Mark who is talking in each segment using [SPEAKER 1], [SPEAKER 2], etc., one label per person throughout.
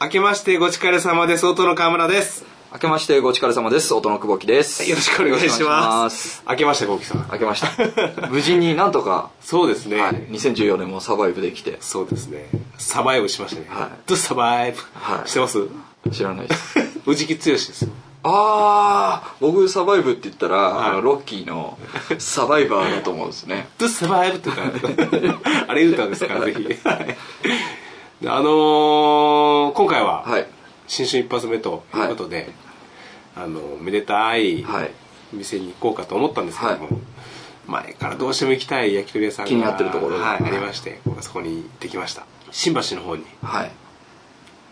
[SPEAKER 1] 明けましてごちかれ様です。音の河村です。
[SPEAKER 2] 明けましてごちかれ様です音の久保木です
[SPEAKER 1] よろしくお願いし
[SPEAKER 2] よろくお願
[SPEAKER 1] ま
[SPEAKER 2] いし
[SPEAKER 1] す。明けまして、ゴキさん。
[SPEAKER 2] 明けました無事になんと か、
[SPEAKER 1] そうですね。
[SPEAKER 2] はい、2014年もサバイブできて
[SPEAKER 1] そうですね。サバイブしましたね。
[SPEAKER 2] はい
[SPEAKER 1] ずっとサバイブ、
[SPEAKER 2] はい
[SPEAKER 1] してます
[SPEAKER 2] 知らないです
[SPEAKER 1] 宇治木剛ですよ。
[SPEAKER 2] ああ僕サバイブって言ったら、
[SPEAKER 1] い
[SPEAKER 2] あのロッキーのサバイバーだと思うんですね
[SPEAKER 1] ずっとサバイブって 歌うあれ歌ですから、ぜひ。はいあのー今回は、
[SPEAKER 2] はい
[SPEAKER 1] 新春一発目ということで、あのめでたい
[SPEAKER 2] はい
[SPEAKER 1] 店に行こうかと思ったんですけども、前からどうしても行きたい焼き鳥屋さんが
[SPEAKER 2] 気になってるところが
[SPEAKER 1] はい、ありまして僕はそこに行ってきました新橋の方に
[SPEAKER 2] はい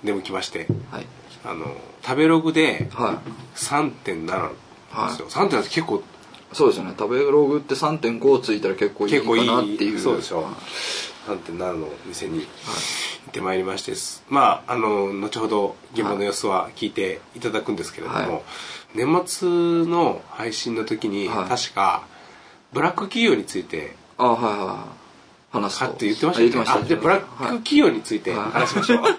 [SPEAKER 1] でも来まして
[SPEAKER 2] はい
[SPEAKER 1] あの食べログで
[SPEAKER 2] は
[SPEAKER 1] 3.7なんですよ、3.7って結構
[SPEAKER 2] いそうですよね食べログって3.5ついたら結構いい
[SPEAKER 1] 結構いい
[SPEAKER 2] かなっていう
[SPEAKER 1] そうでしょ3.7の店に行ってまいりまして、まああの後ほど現場の様子は聞いていただくんですけれども、
[SPEAKER 2] はい
[SPEAKER 1] 年末の配信の時に、
[SPEAKER 2] はい
[SPEAKER 1] 確かブラック企業について
[SPEAKER 2] あはいはいはい話すと
[SPEAKER 1] かって言ってましたよね
[SPEAKER 2] あ言ってました
[SPEAKER 1] あじゃあブラック企業について話しましょう、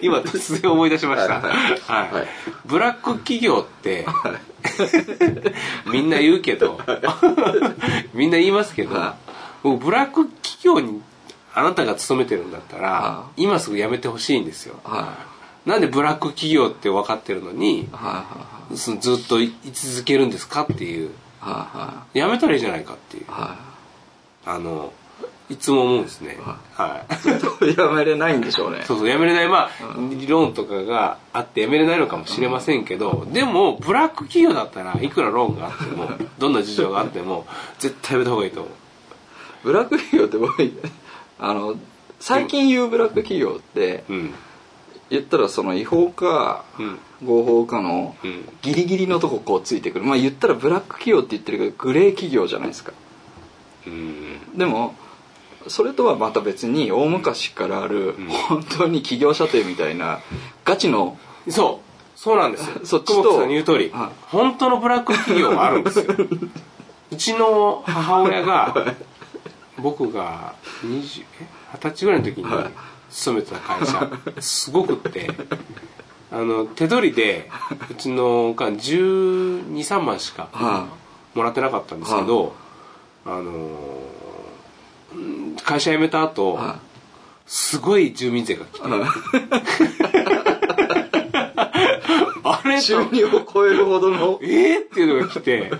[SPEAKER 1] 今突然思い出しました
[SPEAKER 2] はい
[SPEAKER 1] はい
[SPEAKER 2] はい
[SPEAKER 1] ブラック企業って、みんな言うけ どみんな言いますけど、
[SPEAKER 2] は
[SPEAKER 1] 僕ブラック企業にあなたが勤めてるんだったら、
[SPEAKER 2] は
[SPEAKER 1] 今すぐ辞めてほしいんですよ
[SPEAKER 2] はい
[SPEAKER 1] なんでブラック企業って分かってるのに
[SPEAKER 2] はいは
[SPEAKER 1] そのずっと居続けるんですかっていう
[SPEAKER 2] いはいは
[SPEAKER 1] 辞めたらいいじゃないかっていう
[SPEAKER 2] いはいはい
[SPEAKER 1] あのいつも思うんですね
[SPEAKER 2] は
[SPEAKER 1] はい
[SPEAKER 2] やめれない んでしょうね
[SPEAKER 1] そうそう、やめれない、まあ、理論とかがあってやめれないのかもしれませんけど、でも、ブラック企業だったらいくらローンがあっても、どんな事情があっても、絶対やめた方がいいと思う。
[SPEAKER 2] ブラック企業って僕あの最近言うブラック企業って
[SPEAKER 1] うん。
[SPEAKER 2] 言ったらその違法か
[SPEAKER 1] うん。
[SPEAKER 2] 合法かの
[SPEAKER 1] うん
[SPEAKER 2] ギリギリのとここうついてくるまあ言ったらブラック企業って言ってるけどグレー企業じゃないですか
[SPEAKER 1] うん。
[SPEAKER 2] でもそれとはまた別に大昔からある本当に企業舎弟みたいなガチの
[SPEAKER 1] そう。そうなんですよ。
[SPEAKER 2] そっち
[SPEAKER 1] 久
[SPEAKER 2] と
[SPEAKER 1] 保木さんの言う通り
[SPEAKER 2] はい、
[SPEAKER 1] 本当のブラック企業はあるんですよ。うちの母親が、僕が20え二十歳ぐらいの時に勤めてた会社、すごくって、あの、手取りで、うちのおかん12、3万しか
[SPEAKER 2] は
[SPEAKER 1] もらってなかったんですけど、あのーうん会社辞めた後、
[SPEAKER 2] いは
[SPEAKER 1] すごい住民税が来て、
[SPEAKER 2] い
[SPEAKER 1] あれ
[SPEAKER 2] 収入を超えるほどの
[SPEAKER 1] えー、っていうのが来て、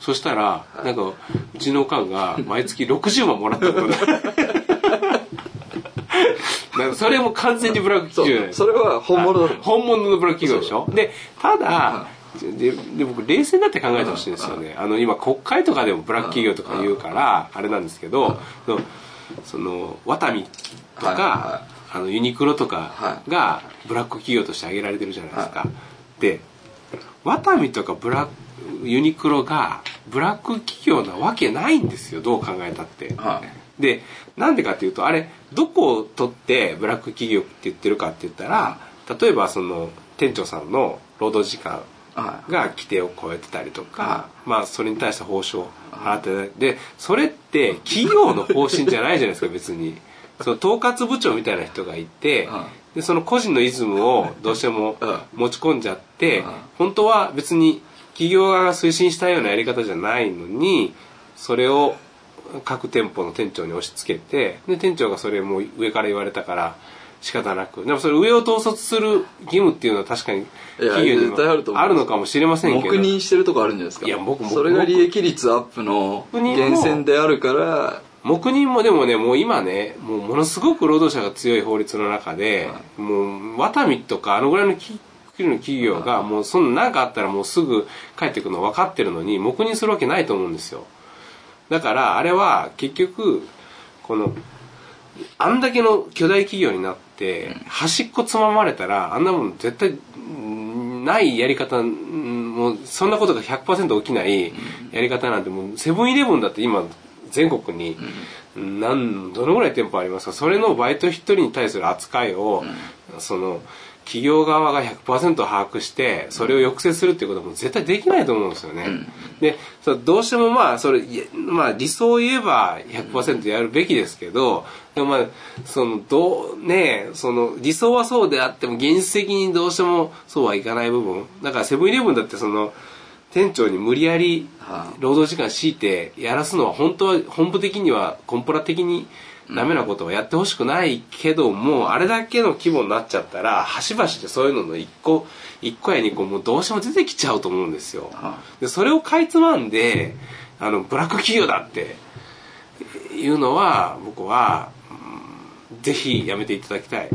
[SPEAKER 1] そしたら、なんか、うちのおかんが毎月60万もらったことだ。 なんかそれも完全にブラック
[SPEAKER 2] そ
[SPEAKER 1] 企業じゃないう
[SPEAKER 2] それは本物だと思う
[SPEAKER 1] 本物のブラック企業でしょで、ただ、でで僕冷静になって考えてほしいんですよねあの今国会とかでもブラック企業とか言うからあれなんですけどそのそのワタミと
[SPEAKER 2] はいは
[SPEAKER 1] かあのユニクロとか
[SPEAKER 2] はい
[SPEAKER 1] がブラック企業として挙げられてるじゃないですかでワタミとかブラックユニクロがブラック企業なわけないんですよどう考えたって
[SPEAKER 2] はい
[SPEAKER 1] でなんでかっていうとあれどこを取ってブラック企業って言ってるかって言ったら例えばその店長さんの労働時間
[SPEAKER 2] はい
[SPEAKER 1] が規定を超えてたりとか、
[SPEAKER 2] は
[SPEAKER 1] まあそれに対して報酬を払ってないでそれって企業の方針じゃないじゃないですか別にその統括部長みたいな人がいて、
[SPEAKER 2] は
[SPEAKER 1] でその個人のイズムをどうしても
[SPEAKER 2] うん
[SPEAKER 1] 持ち込んじゃって、
[SPEAKER 2] うん
[SPEAKER 1] 本当は別に企業側が推進したようなやり方じゃないのにそれを各店舗の店長に押し付けてで店長がそれもう上から言われたから仕方なくでもそれ上を統率する義務っていうのは確かに
[SPEAKER 2] いや
[SPEAKER 1] 企業に
[SPEAKER 2] 絶対あると
[SPEAKER 1] も
[SPEAKER 2] 思う
[SPEAKER 1] あるのかもしれませんけど
[SPEAKER 2] 黙認してるとこあるんじゃないですか
[SPEAKER 1] いや僕僕
[SPEAKER 2] それが利益率アップの
[SPEAKER 1] 僕にも
[SPEAKER 2] 源泉であるから
[SPEAKER 1] 黙認もでもねもう今ねもうものすごく労働者が強い法律の中で、もうワタミとかあのぐらいのき国の企業がもうそんな何かあったらもうすぐ帰ってくるの分かってるのに黙認するわけないと思うんですよだからあれは結局このあんだけの巨大企業になって端っこつままれたらあんなもん絶対うんないやり方うんもうそんなことが100%起きないやり方なんてもうセブンイレブンだって今全国に何どのぐらい店舗ありますかそれのバイト一人に対する扱いをその企業側が100%把握してそれを抑制するっていうことはもう絶対できないと思うんですよね、でそどうしてもまあそれ、いえまあ、理想を言えば100%やるべきですけどでもまあそのどうねその理想はそうであっても現実的にどうしてもそうはいかない部分だからセブンイレブンだってその店長に無理やり
[SPEAKER 2] はい
[SPEAKER 1] 労働時間強いてやらすのは本当は本部的にはコンプラ的にダメなことはやってほしくないけども、あれだけの規模になっちゃったら端々でそういうのの一個一個や二個もうどうしても出てきちゃうと思うんですよ
[SPEAKER 2] は
[SPEAKER 1] でそれをかいつまんであのブラック企業だっていうのは僕は、うんぜひやめていただきたい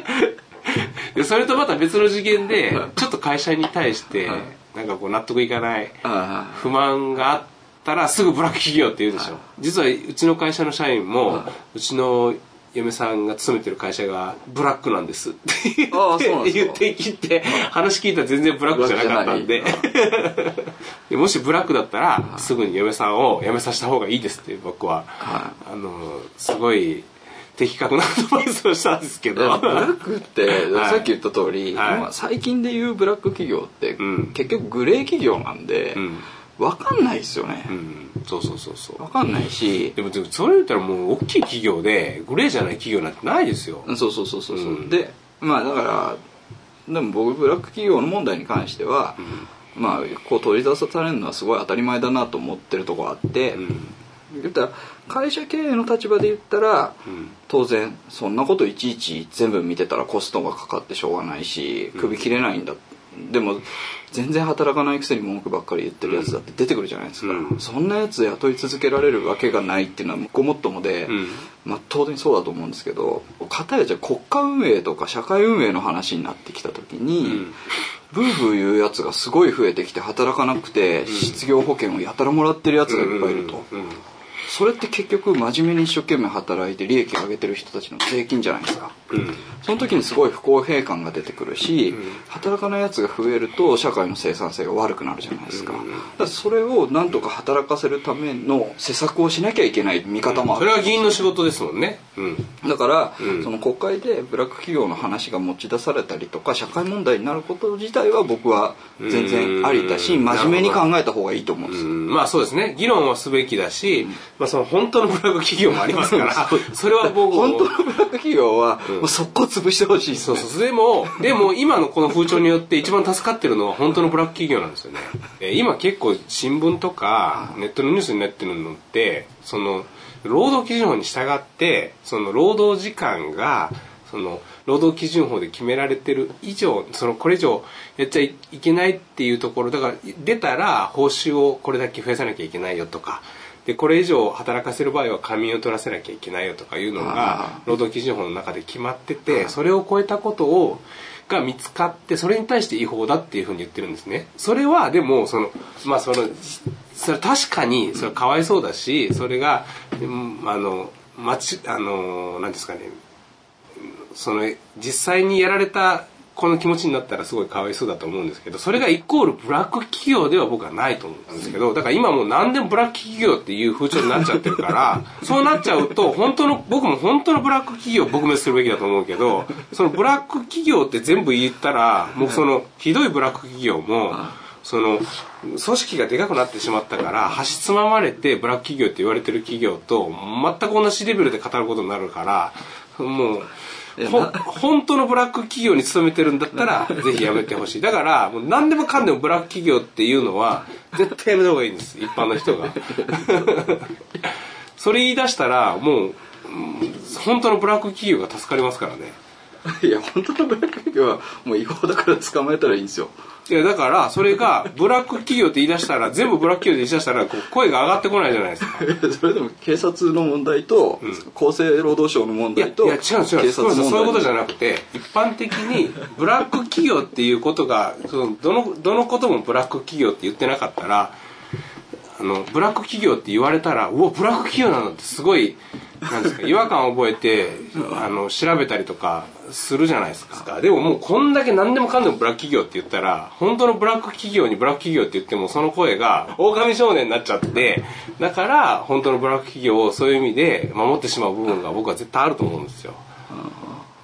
[SPEAKER 1] でそれとまた別の次元でちょっと会社に対して
[SPEAKER 2] はい
[SPEAKER 1] なんかこう納得いかない
[SPEAKER 2] あ
[SPEAKER 1] 不満があったらすぐブラック企業って言うでしょ、実はうちの会社の社員も、
[SPEAKER 2] は
[SPEAKER 1] うちの嫁さんが勤めてる会社がブラックなんですって言って
[SPEAKER 2] ああそうなんですか
[SPEAKER 1] 言ってきて話聞いたら全然ブラックじゃなかったんで
[SPEAKER 2] ブラッ
[SPEAKER 1] でもしブラックだったらすぐに嫁さんを辞めさせた方がいいですって僕は、
[SPEAKER 2] は
[SPEAKER 1] あのすごい的確なアドバイスをしたんですけ
[SPEAKER 2] いや
[SPEAKER 1] ど
[SPEAKER 2] ブラックって
[SPEAKER 1] はい
[SPEAKER 2] さっき言った通り、
[SPEAKER 1] はい
[SPEAKER 2] 今最近で言うブラック企業って、
[SPEAKER 1] うん
[SPEAKER 2] 結局グレー企業なんで、
[SPEAKER 1] うん
[SPEAKER 2] わかんないですよね
[SPEAKER 1] う、んそうそうそうそう
[SPEAKER 2] わかんないし
[SPEAKER 1] でもでもそれ言ったらもう大きい企業でグレーじゃない企業なんてないですよ、
[SPEAKER 2] そうそうそうそうそう、
[SPEAKER 1] うん
[SPEAKER 2] でまあだからでも僕ブラック企業の問題に関しては、まあこう取り出されるのはすごい当たり前だなと思ってるとこあって、
[SPEAKER 1] うん
[SPEAKER 2] 言ったら会社経営の立場で言ったら、
[SPEAKER 1] ん
[SPEAKER 2] 当然そんなこといちいち全部見てたらコストがかかってしょうがないし首切れないんだ、でも全然働かないくせに文句ばっかり言ってるやつだって出てくるじゃないですか、
[SPEAKER 1] うん
[SPEAKER 2] そんなやつ雇い続けられるわけがないっていうのはごもっともで、
[SPEAKER 1] うん
[SPEAKER 2] まあ当然そうだと思うんですけど片やじゃあ国家運営とか社会運営の話になってきた時に、
[SPEAKER 1] ん
[SPEAKER 2] ブーブー言うやつがすごい増えてきて働かなくて失業保険をやたらもらってるやつがいっぱいいると、
[SPEAKER 1] うんうん
[SPEAKER 2] それって結局真面目に一生懸命働いて利益を上げてる人たちの税金じゃないですか
[SPEAKER 1] うん
[SPEAKER 2] その時にすごい不公平感が出てくるし、
[SPEAKER 1] ん
[SPEAKER 2] 働かないやつが増えると社会の生産性が悪くなるじゃないですか,、だからそれをなんとか働かせるための施策をしなきゃいけない見方もあ
[SPEAKER 1] そ
[SPEAKER 2] る、
[SPEAKER 1] れは議員の仕事ですもんねうん
[SPEAKER 2] だから、
[SPEAKER 1] うん
[SPEAKER 2] その国会でブラック企業の話が持ち出されたりとか社会問題になること自体は僕は全然ありだし
[SPEAKER 1] うん
[SPEAKER 2] 真面目に考えた方がいいと思うんですよ、
[SPEAKER 1] まあそうですね議論はすべきだし、まあ、その本当のブラック企業もあります からそれは僕
[SPEAKER 2] 本当のブラック企業は、もう速攻潰してほしいです
[SPEAKER 1] そ
[SPEAKER 2] ね
[SPEAKER 1] うそうでもでも今のこの風潮によって一番助かってるのは本当のブラック企業なんですよねえー今結構新聞とかネットのニュースになってるのってその労働基準法に従ってその労働時間がその労働基準法で決められてる以上そのこれ以上やっちゃいけないっていうところだから出たら報酬をこれだけ増やさなきゃいけないよとかでこれ以上働かせる場合は仮眠を取らせなきゃいけないよとかいうの
[SPEAKER 2] あ
[SPEAKER 1] が
[SPEAKER 2] ー
[SPEAKER 1] 労働基準法の中で決まっててそれを超えたことをが見つかってそれに対して違法だっていうふうに言ってるんですねそれはでもそのまあそのそれ確かにそれかわいそうだしそれがうんあのまちあの何ですかねその実際にやられたこの気持ちになったらすごいかわいそうだと思うんですけどそれがイコールブラック企業では僕はないと思うんですけどだから今もう何でもブラック企業っていう風潮になっちゃってるからそうなっちゃうと本当の僕も本当のブラック企業を撲滅するべきだと思うけどそのブラック企業って全部言ったらもうそのひどいブラック企業も。その組織がでかくなってしまったから端つままれてブラック企業って言われてる企業と全く同じレベルで語ることになるからもう
[SPEAKER 2] いや
[SPEAKER 1] ほ
[SPEAKER 2] な
[SPEAKER 1] 本当のブラック企業に勤めてるんだった らぜひやめてほしいだからもう何でもかんでもブラック企業っていうのは絶対やめた方がいいん です一般の人が それ言い出したらもううん本当のブラック企業が助かりますからね
[SPEAKER 2] いや本当のブラック企業はもう違法だから捕まえたらいいんですよ
[SPEAKER 1] いやだからそれがブラック企業って言い出したら全部ブラック企業で言い出したらこう声が上がってこないじゃないですか
[SPEAKER 2] いやそれでも警察の問題と、厚生労働省の問
[SPEAKER 1] いやい
[SPEAKER 2] 題と
[SPEAKER 1] や違う違う
[SPEAKER 2] 警察
[SPEAKER 1] そう
[SPEAKER 2] 問題
[SPEAKER 1] そういうことじゃ
[SPEAKER 2] い
[SPEAKER 1] なくて一般的にブラック企業っていうことがそのどのどのこともブラック企業って言ってなかったらあのブラック企業って言われたらうわブラック企業なのってすごいなんですか違和感を覚えてあの調べたりとかするじゃないですかでももうこんだけ何でもかんでもブラック企業って言ったら本当のブラック企業にブラック企業って言ってもその声が狼少年になっちゃってだから本当のブラック企業をそういう意味で守ってしまう部分が僕は絶対あると思うんですよ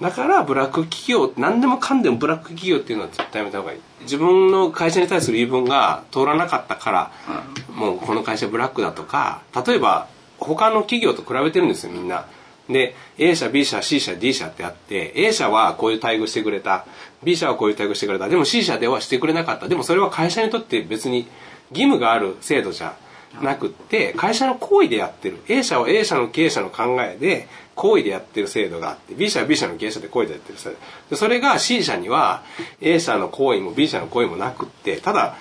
[SPEAKER 1] だからブラック企業何でもかんでもブラック企業っていうのは絶対やめた方がいい自分の会社に対する言い分が通らなかったから、もうこの会社ブラックだとか例えば他の企業と比べてるんですよみんなで A 社 B 社 C 社 D 社ってあって A 社はこういう待遇してくれた B 社はこういう待遇してくれたでも C 社ではしてくれなかったでもそれは会社にとって別に義務がある制度じゃなくって会社の行為でやってる A 社は A 社の経営者の考えで行為でやってる制度があって B 社は B 社の経営者で行為でやってる制度でそれが C 社には A 社の行為も B 社の行為もなくってただ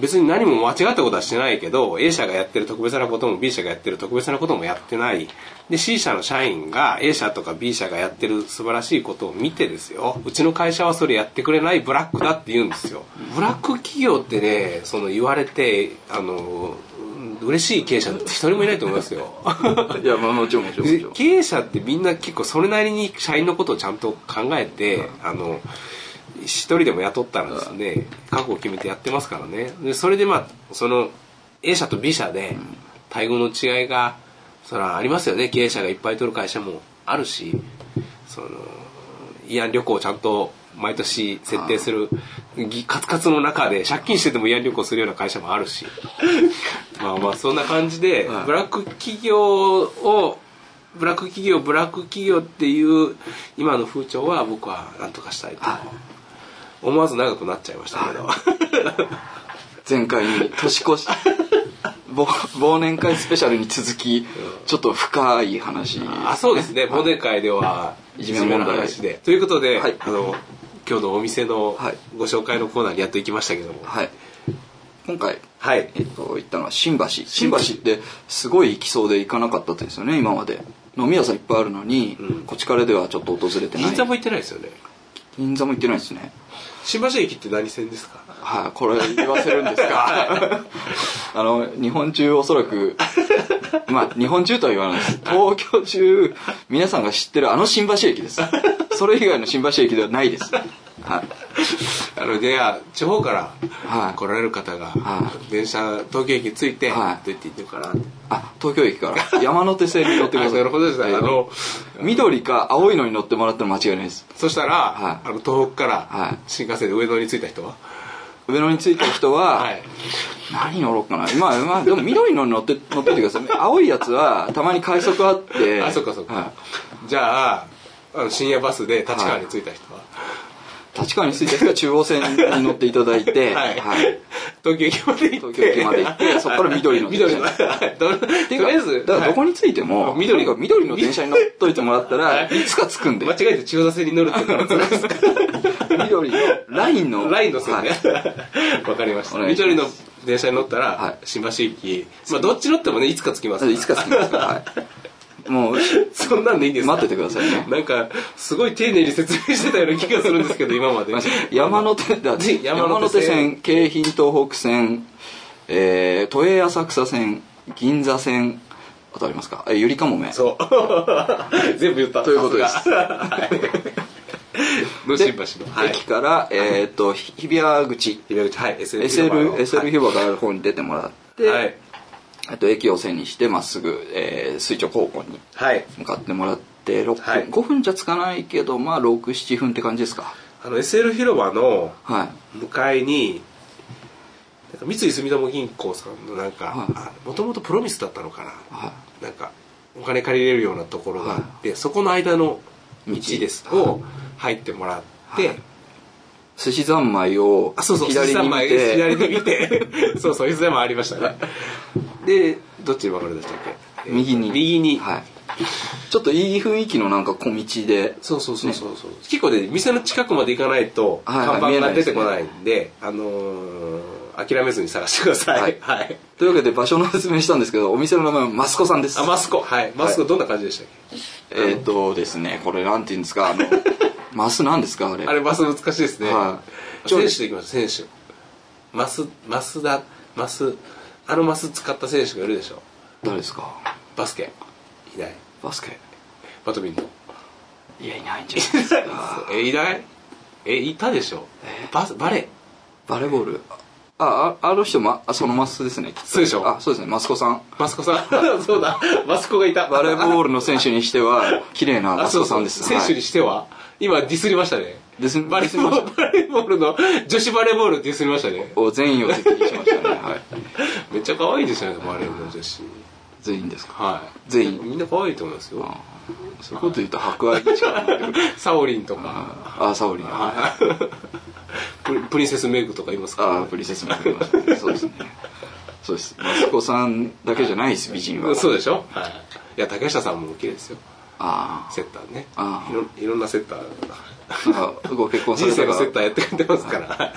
[SPEAKER 1] 別に何も間違ったことはしてないけど A 社がやってる特別なことも B 社がやってる特別なこともやってないで C 社の社員が A 社とか B 社がやってる素晴らしいことを見てですようちの会社はそれやってくれないブラックだって言うんですよブラック企業ってねその言われてあの嬉しい経営者って一人もいないと思いますよ
[SPEAKER 2] いやまあもちろんもちろんもちろん
[SPEAKER 1] 経営者ってみんな結構それなりに社員のことをちゃんと考えて、あの一人でも雇ったらですね、覚悟を決めてやってますからねでそれでまあその A 社と B 社で待遇の違いがそらありますよね経営者がいっぱい取る会社もあるしその慰安旅行をちゃんと毎年設定するぎカツカツの中で借金してても慰安旅行するような会社もあるしまあまあそんな感じで
[SPEAKER 2] はい
[SPEAKER 1] ブラック企業をブラック企業ブラック企業っていう今の風潮は僕は何とかしたいと思わず長くなっちゃいましたけど
[SPEAKER 2] 前回に年越し忘忘年会スペシャルに続きちょっと深い話
[SPEAKER 1] あそうですね忘年会ではい
[SPEAKER 2] い
[SPEAKER 1] じ
[SPEAKER 2] じ
[SPEAKER 1] め
[SPEAKER 2] め
[SPEAKER 1] の
[SPEAKER 2] 問題
[SPEAKER 1] 話でということで、
[SPEAKER 2] はい
[SPEAKER 1] あの今日のお店の
[SPEAKER 2] はい
[SPEAKER 1] ご紹介のコーナーにやっと行きましたけども
[SPEAKER 2] はい今回
[SPEAKER 1] はい
[SPEAKER 2] えっと、行ったのは新橋新橋ってすごい行きそうで行かなかったんですよね今まで飲み屋さんいっぱいあるのに、
[SPEAKER 1] うん
[SPEAKER 2] こっちからではちょっと訪れてない
[SPEAKER 1] 銀座も行ってないですよね
[SPEAKER 2] 銀座も行ってないですね
[SPEAKER 1] 新橋駅って何線ですか
[SPEAKER 2] はい、これ言わせるんですかあの日本中おそらくまあ日本中とは言わないです東京中皆さんが知ってるあの新橋駅ですそれ以外の新橋駅ではないですはい
[SPEAKER 1] あのでは地方から
[SPEAKER 2] はい
[SPEAKER 1] 来られる方が、
[SPEAKER 2] は
[SPEAKER 1] 電車東京駅に着いて、
[SPEAKER 2] はい
[SPEAKER 1] どうやって行ってるかな
[SPEAKER 2] あ東京駅から山手線に乗ってくだ
[SPEAKER 1] あ
[SPEAKER 2] さ
[SPEAKER 1] ないるほどですね、あの
[SPEAKER 2] 緑か青いのに乗ってもらったら間違いないです
[SPEAKER 1] そしたら、
[SPEAKER 2] はい
[SPEAKER 1] あの東北から、
[SPEAKER 2] はい
[SPEAKER 1] 新幹線で上野に着いた人は
[SPEAKER 2] 上野に着いた人は、
[SPEAKER 1] はい
[SPEAKER 2] 何乗ろうかなまあまあでも緑のに乗って乗っててください青いやつはたまに快速あって
[SPEAKER 1] あそっかそっか
[SPEAKER 2] は
[SPEAKER 1] じゃああの深夜バスで立川に着いた人は、
[SPEAKER 2] い立川に着いた人は中央線に乗っていただい て
[SPEAKER 1] はい、東京駅まで行って
[SPEAKER 2] 東京駅まで行ってそこから緑の
[SPEAKER 1] 緑の、はい、と
[SPEAKER 2] って
[SPEAKER 1] り
[SPEAKER 2] いうか
[SPEAKER 1] あえず
[SPEAKER 2] だからどこ
[SPEAKER 1] に、
[SPEAKER 2] についても、
[SPEAKER 1] はい緑
[SPEAKER 2] とにかく緑の電車に乗っといてもらったら、い、つか着く んで
[SPEAKER 1] 間違えて千代田線に乗るってから辛いです
[SPEAKER 2] 緑のラインの
[SPEAKER 1] ラインの線ね
[SPEAKER 2] はい。
[SPEAKER 1] わ、かりました。
[SPEAKER 2] お願いします
[SPEAKER 1] 緑の電車に乗ったら、
[SPEAKER 2] はい
[SPEAKER 1] 新橋駅、まあどっち乗ってもね、いつか着きます
[SPEAKER 2] だからいつか着きますから、はい、もう
[SPEAKER 1] そんなんでいいんですか
[SPEAKER 2] 待っててくださいね
[SPEAKER 1] なんか、すごい丁寧に説明してたような気がするんですけど、今まで。
[SPEAKER 2] 山手だ
[SPEAKER 1] じ 山
[SPEAKER 2] 山
[SPEAKER 1] 手線
[SPEAKER 2] 手線京浜東北線、えー、都営浅草線銀座線あとありますかえゆりかもめ
[SPEAKER 1] そう。 全部言った。
[SPEAKER 2] ということです
[SPEAKER 1] さがはいの新橋の。はい。
[SPEAKER 2] 駅から、えーっとひ日比谷口
[SPEAKER 1] 今口、はい、SL 広場
[SPEAKER 2] SL,
[SPEAKER 1] の
[SPEAKER 2] SL 広場がある方に出てもらって、
[SPEAKER 1] はい。
[SPEAKER 2] えっと駅を線にしてまっすぐ、えー垂直方向に
[SPEAKER 1] はい。
[SPEAKER 2] 向かってもらって六分、
[SPEAKER 1] はい
[SPEAKER 2] 5分じゃつかないけどまあ67分って感じですか
[SPEAKER 1] あの、SL 広場の
[SPEAKER 2] はい
[SPEAKER 1] 向かいに、なんか三井住友銀行さんのなん
[SPEAKER 2] はい
[SPEAKER 1] か、もともとプロミスだったのかな。
[SPEAKER 2] は
[SPEAKER 1] なんかお金借りれるようなところがあって、そこの間の道です
[SPEAKER 2] 道
[SPEAKER 1] を入ってもらって、
[SPEAKER 2] はいい寿司三昧を
[SPEAKER 1] あそうそう
[SPEAKER 2] 左に見て
[SPEAKER 1] 左に見て そうそういつでもありましたねでどっちに曲がるんでしたっけ
[SPEAKER 2] 右に
[SPEAKER 1] 右に、
[SPEAKER 2] はい、ちょっといい雰囲気のなんか小道で
[SPEAKER 1] そうそうそうそうそう、結構ね店の近くまで行かないと
[SPEAKER 2] はい
[SPEAKER 1] 看
[SPEAKER 2] 見
[SPEAKER 1] 板
[SPEAKER 2] えな
[SPEAKER 1] が
[SPEAKER 2] い
[SPEAKER 1] 出
[SPEAKER 2] です
[SPEAKER 1] て
[SPEAKER 2] ね
[SPEAKER 1] こないんで,、あのー諦めずに探してくださいはい、
[SPEAKER 2] というわけで場所の説明したんですけどお店の名前はマスコさんです
[SPEAKER 1] あマスコはいマスコどんな感じでしたっけ、
[SPEAKER 2] えっ、とですねこれなんて言うんで すかあのマスなんですかあれ
[SPEAKER 1] あれマス難しいですね、
[SPEAKER 2] はい
[SPEAKER 1] 選手でいきましょう選手マスマスだマスあのマス使った選手がいるでしょ
[SPEAKER 2] 誰ですか
[SPEAKER 1] バスケいない
[SPEAKER 2] バスケ
[SPEAKER 1] バドミントン
[SPEAKER 2] いやいないんじゃないですか
[SPEAKER 1] えいないえいたでしょ
[SPEAKER 2] え
[SPEAKER 1] バスバレー
[SPEAKER 2] バレーボールあああの人まあそのマスですねきっと
[SPEAKER 1] そうでしょ
[SPEAKER 2] あそうですねマスコさん
[SPEAKER 1] マスコさん そうだマスコがいた
[SPEAKER 2] バレーボールの選手にし ては綺麗な
[SPEAKER 1] あ
[SPEAKER 2] マス
[SPEAKER 1] そう
[SPEAKER 2] コ
[SPEAKER 1] そ
[SPEAKER 2] さ
[SPEAKER 1] うん
[SPEAKER 2] です
[SPEAKER 1] 選手にしては、今ディスりましたね
[SPEAKER 2] です
[SPEAKER 1] バレーボールバレーボールの女子バレーボールディスりましたね
[SPEAKER 2] を全員を敵にしましたねはい
[SPEAKER 1] めっちゃ可愛いですよねバレーの女子
[SPEAKER 2] 全員ですか
[SPEAKER 1] はい
[SPEAKER 2] 全員
[SPEAKER 1] みんな可愛いと思いますよ
[SPEAKER 2] そういうこと言うと博愛にしかなる
[SPEAKER 1] サオリンとか
[SPEAKER 2] ああサオリンあ
[SPEAKER 1] はいプリプリンセスメイクとかいます
[SPEAKER 2] あ
[SPEAKER 1] か
[SPEAKER 2] プリンセスも出ましたねそうですねそうですマスコさんだけじゃないです美人は
[SPEAKER 1] そうでしょはいいや竹下さんも綺麗ですよ
[SPEAKER 2] あ
[SPEAKER 1] セッターね
[SPEAKER 2] ああ
[SPEAKER 1] いろいろんなセッター
[SPEAKER 2] あなんかご結婚さ
[SPEAKER 1] 人
[SPEAKER 2] れ
[SPEAKER 1] 生
[SPEAKER 2] た
[SPEAKER 1] のセッ
[SPEAKER 2] か
[SPEAKER 1] ターやってくれてますから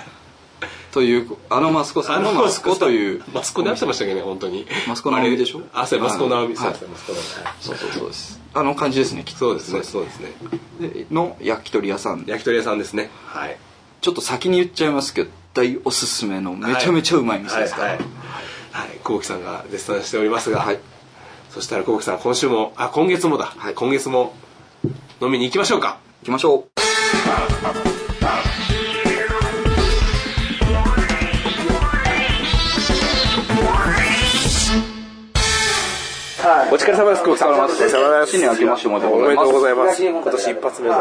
[SPEAKER 2] というあのマスコさんのマスコという
[SPEAKER 1] マスコになってましたけどね本当に
[SPEAKER 2] マスコ直美でしょ
[SPEAKER 1] あそうマスコ直美
[SPEAKER 2] は
[SPEAKER 1] そで
[SPEAKER 2] いう
[SPEAKER 1] すマスコ直美
[SPEAKER 2] そうそうそうですあの感じですねきっ
[SPEAKER 1] そう
[SPEAKER 2] と
[SPEAKER 1] ですねそうですね
[SPEAKER 2] での焼き鳥屋さんで
[SPEAKER 1] 焼き鳥屋さんですねはい
[SPEAKER 2] ちょっと先に言っちゃいますけど大おすすめのめちゃめちゃうまい店ですから、
[SPEAKER 1] はいはいはいはい幸喜さんが絶賛しておりますが、
[SPEAKER 2] はい
[SPEAKER 1] そしたら幸喜さん今週もあ今月もだ、
[SPEAKER 2] はい
[SPEAKER 1] 今月も飲みに行きましょうか
[SPEAKER 2] 行きましょう
[SPEAKER 1] お疲れ様です幸喜さんお疲れ様です
[SPEAKER 2] 新年明けましておめでとう
[SPEAKER 1] お
[SPEAKER 2] ご
[SPEAKER 1] めで
[SPEAKER 2] ざいま
[SPEAKER 1] とう
[SPEAKER 2] す
[SPEAKER 1] ございます今年一発目の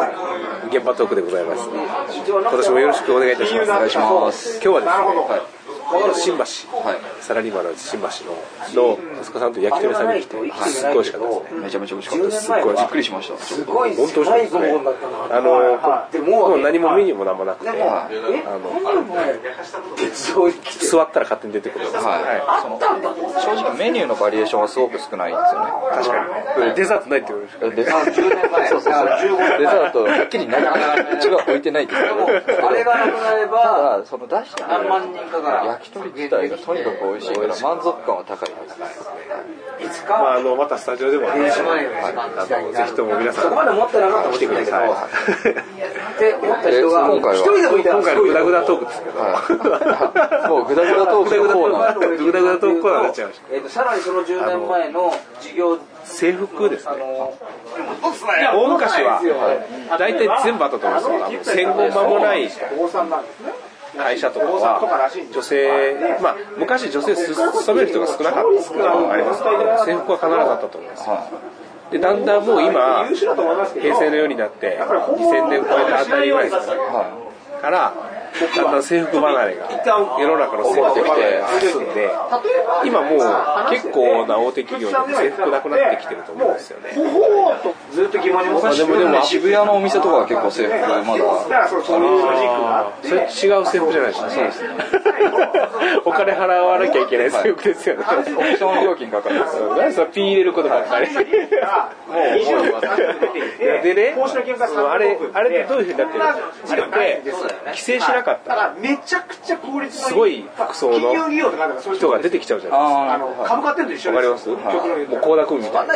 [SPEAKER 1] 現場トークでございます今年もよろしくお願いいたしますお願いします今日はですね、この新橋、
[SPEAKER 2] はい
[SPEAKER 1] サラリーマンの新橋ののマスコさんと焼き鳥屋さんに来てすっごい美味しかったですね
[SPEAKER 2] めちゃめちゃ美味しかったですすっごいびっくりしましたちょっと
[SPEAKER 3] ごい
[SPEAKER 1] 本当美味しかったですねあのもう何もメニューも何もなくて
[SPEAKER 2] はい
[SPEAKER 1] あの座ったら勝手に出てくるんですよ
[SPEAKER 2] はい、その正直メニューのバリエーションはすごく少ないんですよね
[SPEAKER 1] 確かにデザートないって言われる
[SPEAKER 2] デザートそうそうそうデザートはっきりなかなかうちが置いてないけど
[SPEAKER 3] あれがなくなれば
[SPEAKER 2] ただその出してる
[SPEAKER 3] 何万人かが
[SPEAKER 2] 焼き鳥自体がとにかく美味しいから満足感は高いです
[SPEAKER 3] いつ
[SPEAKER 1] まあ
[SPEAKER 3] か
[SPEAKER 1] あのまたスタジオでもぜ
[SPEAKER 3] 1万円の一番時代にな
[SPEAKER 1] ひ
[SPEAKER 3] る
[SPEAKER 1] とも皆さ
[SPEAKER 3] そこま
[SPEAKER 1] ん
[SPEAKER 3] で持ってなかったら
[SPEAKER 1] 来てください
[SPEAKER 3] って思った人が
[SPEAKER 2] え今回は
[SPEAKER 3] 一人でもいたら
[SPEAKER 1] 今
[SPEAKER 3] す
[SPEAKER 1] 回の
[SPEAKER 3] ごい
[SPEAKER 1] グダグダトークですけど
[SPEAKER 2] はいもうグダグダトークのコーナー
[SPEAKER 1] グダグダトークコーナーになっちゃいました
[SPEAKER 3] えーとさらにその10年前の事業
[SPEAKER 1] 制服です
[SPEAKER 3] あ
[SPEAKER 1] ね
[SPEAKER 3] の
[SPEAKER 1] 大昔は大体全部あったと思いますけどあの戦後間もない会社とかは女性まあ昔女性す勤める人が少なかったんですけどありますけど制服は必ずあったと思いますでだんだんもう今平成のようになって2000年超えたあたりぐらいですかねからだんだん制服離れが世の中の制服離れが進んで今もう結構な大手企業で制服なくなってきてると思うんですよね
[SPEAKER 3] ずっと疑問に思って
[SPEAKER 1] まあでもでも
[SPEAKER 2] 渋谷のお店とかは結構制服がまだ
[SPEAKER 1] それ違う制服じゃないですか。そうですね。お金払わなきゃいけない制服ですよね。
[SPEAKER 2] オプション料金かかるんですよ
[SPEAKER 1] 何でそのピー入れることばっかり。もういやでね、そのあれあれってどういう風になってるあれって規制しなかったら
[SPEAKER 4] めちゃくちゃ効率のいい
[SPEAKER 1] すごい服装の
[SPEAKER 4] 企業利用とかなんかそういう
[SPEAKER 1] 人が出てきちゃうじゃない
[SPEAKER 2] あ
[SPEAKER 4] あ
[SPEAKER 2] の
[SPEAKER 4] の株買ってるのと一緒
[SPEAKER 1] わか
[SPEAKER 4] で
[SPEAKER 1] り
[SPEAKER 4] す
[SPEAKER 1] ます。もう高田君みたいな。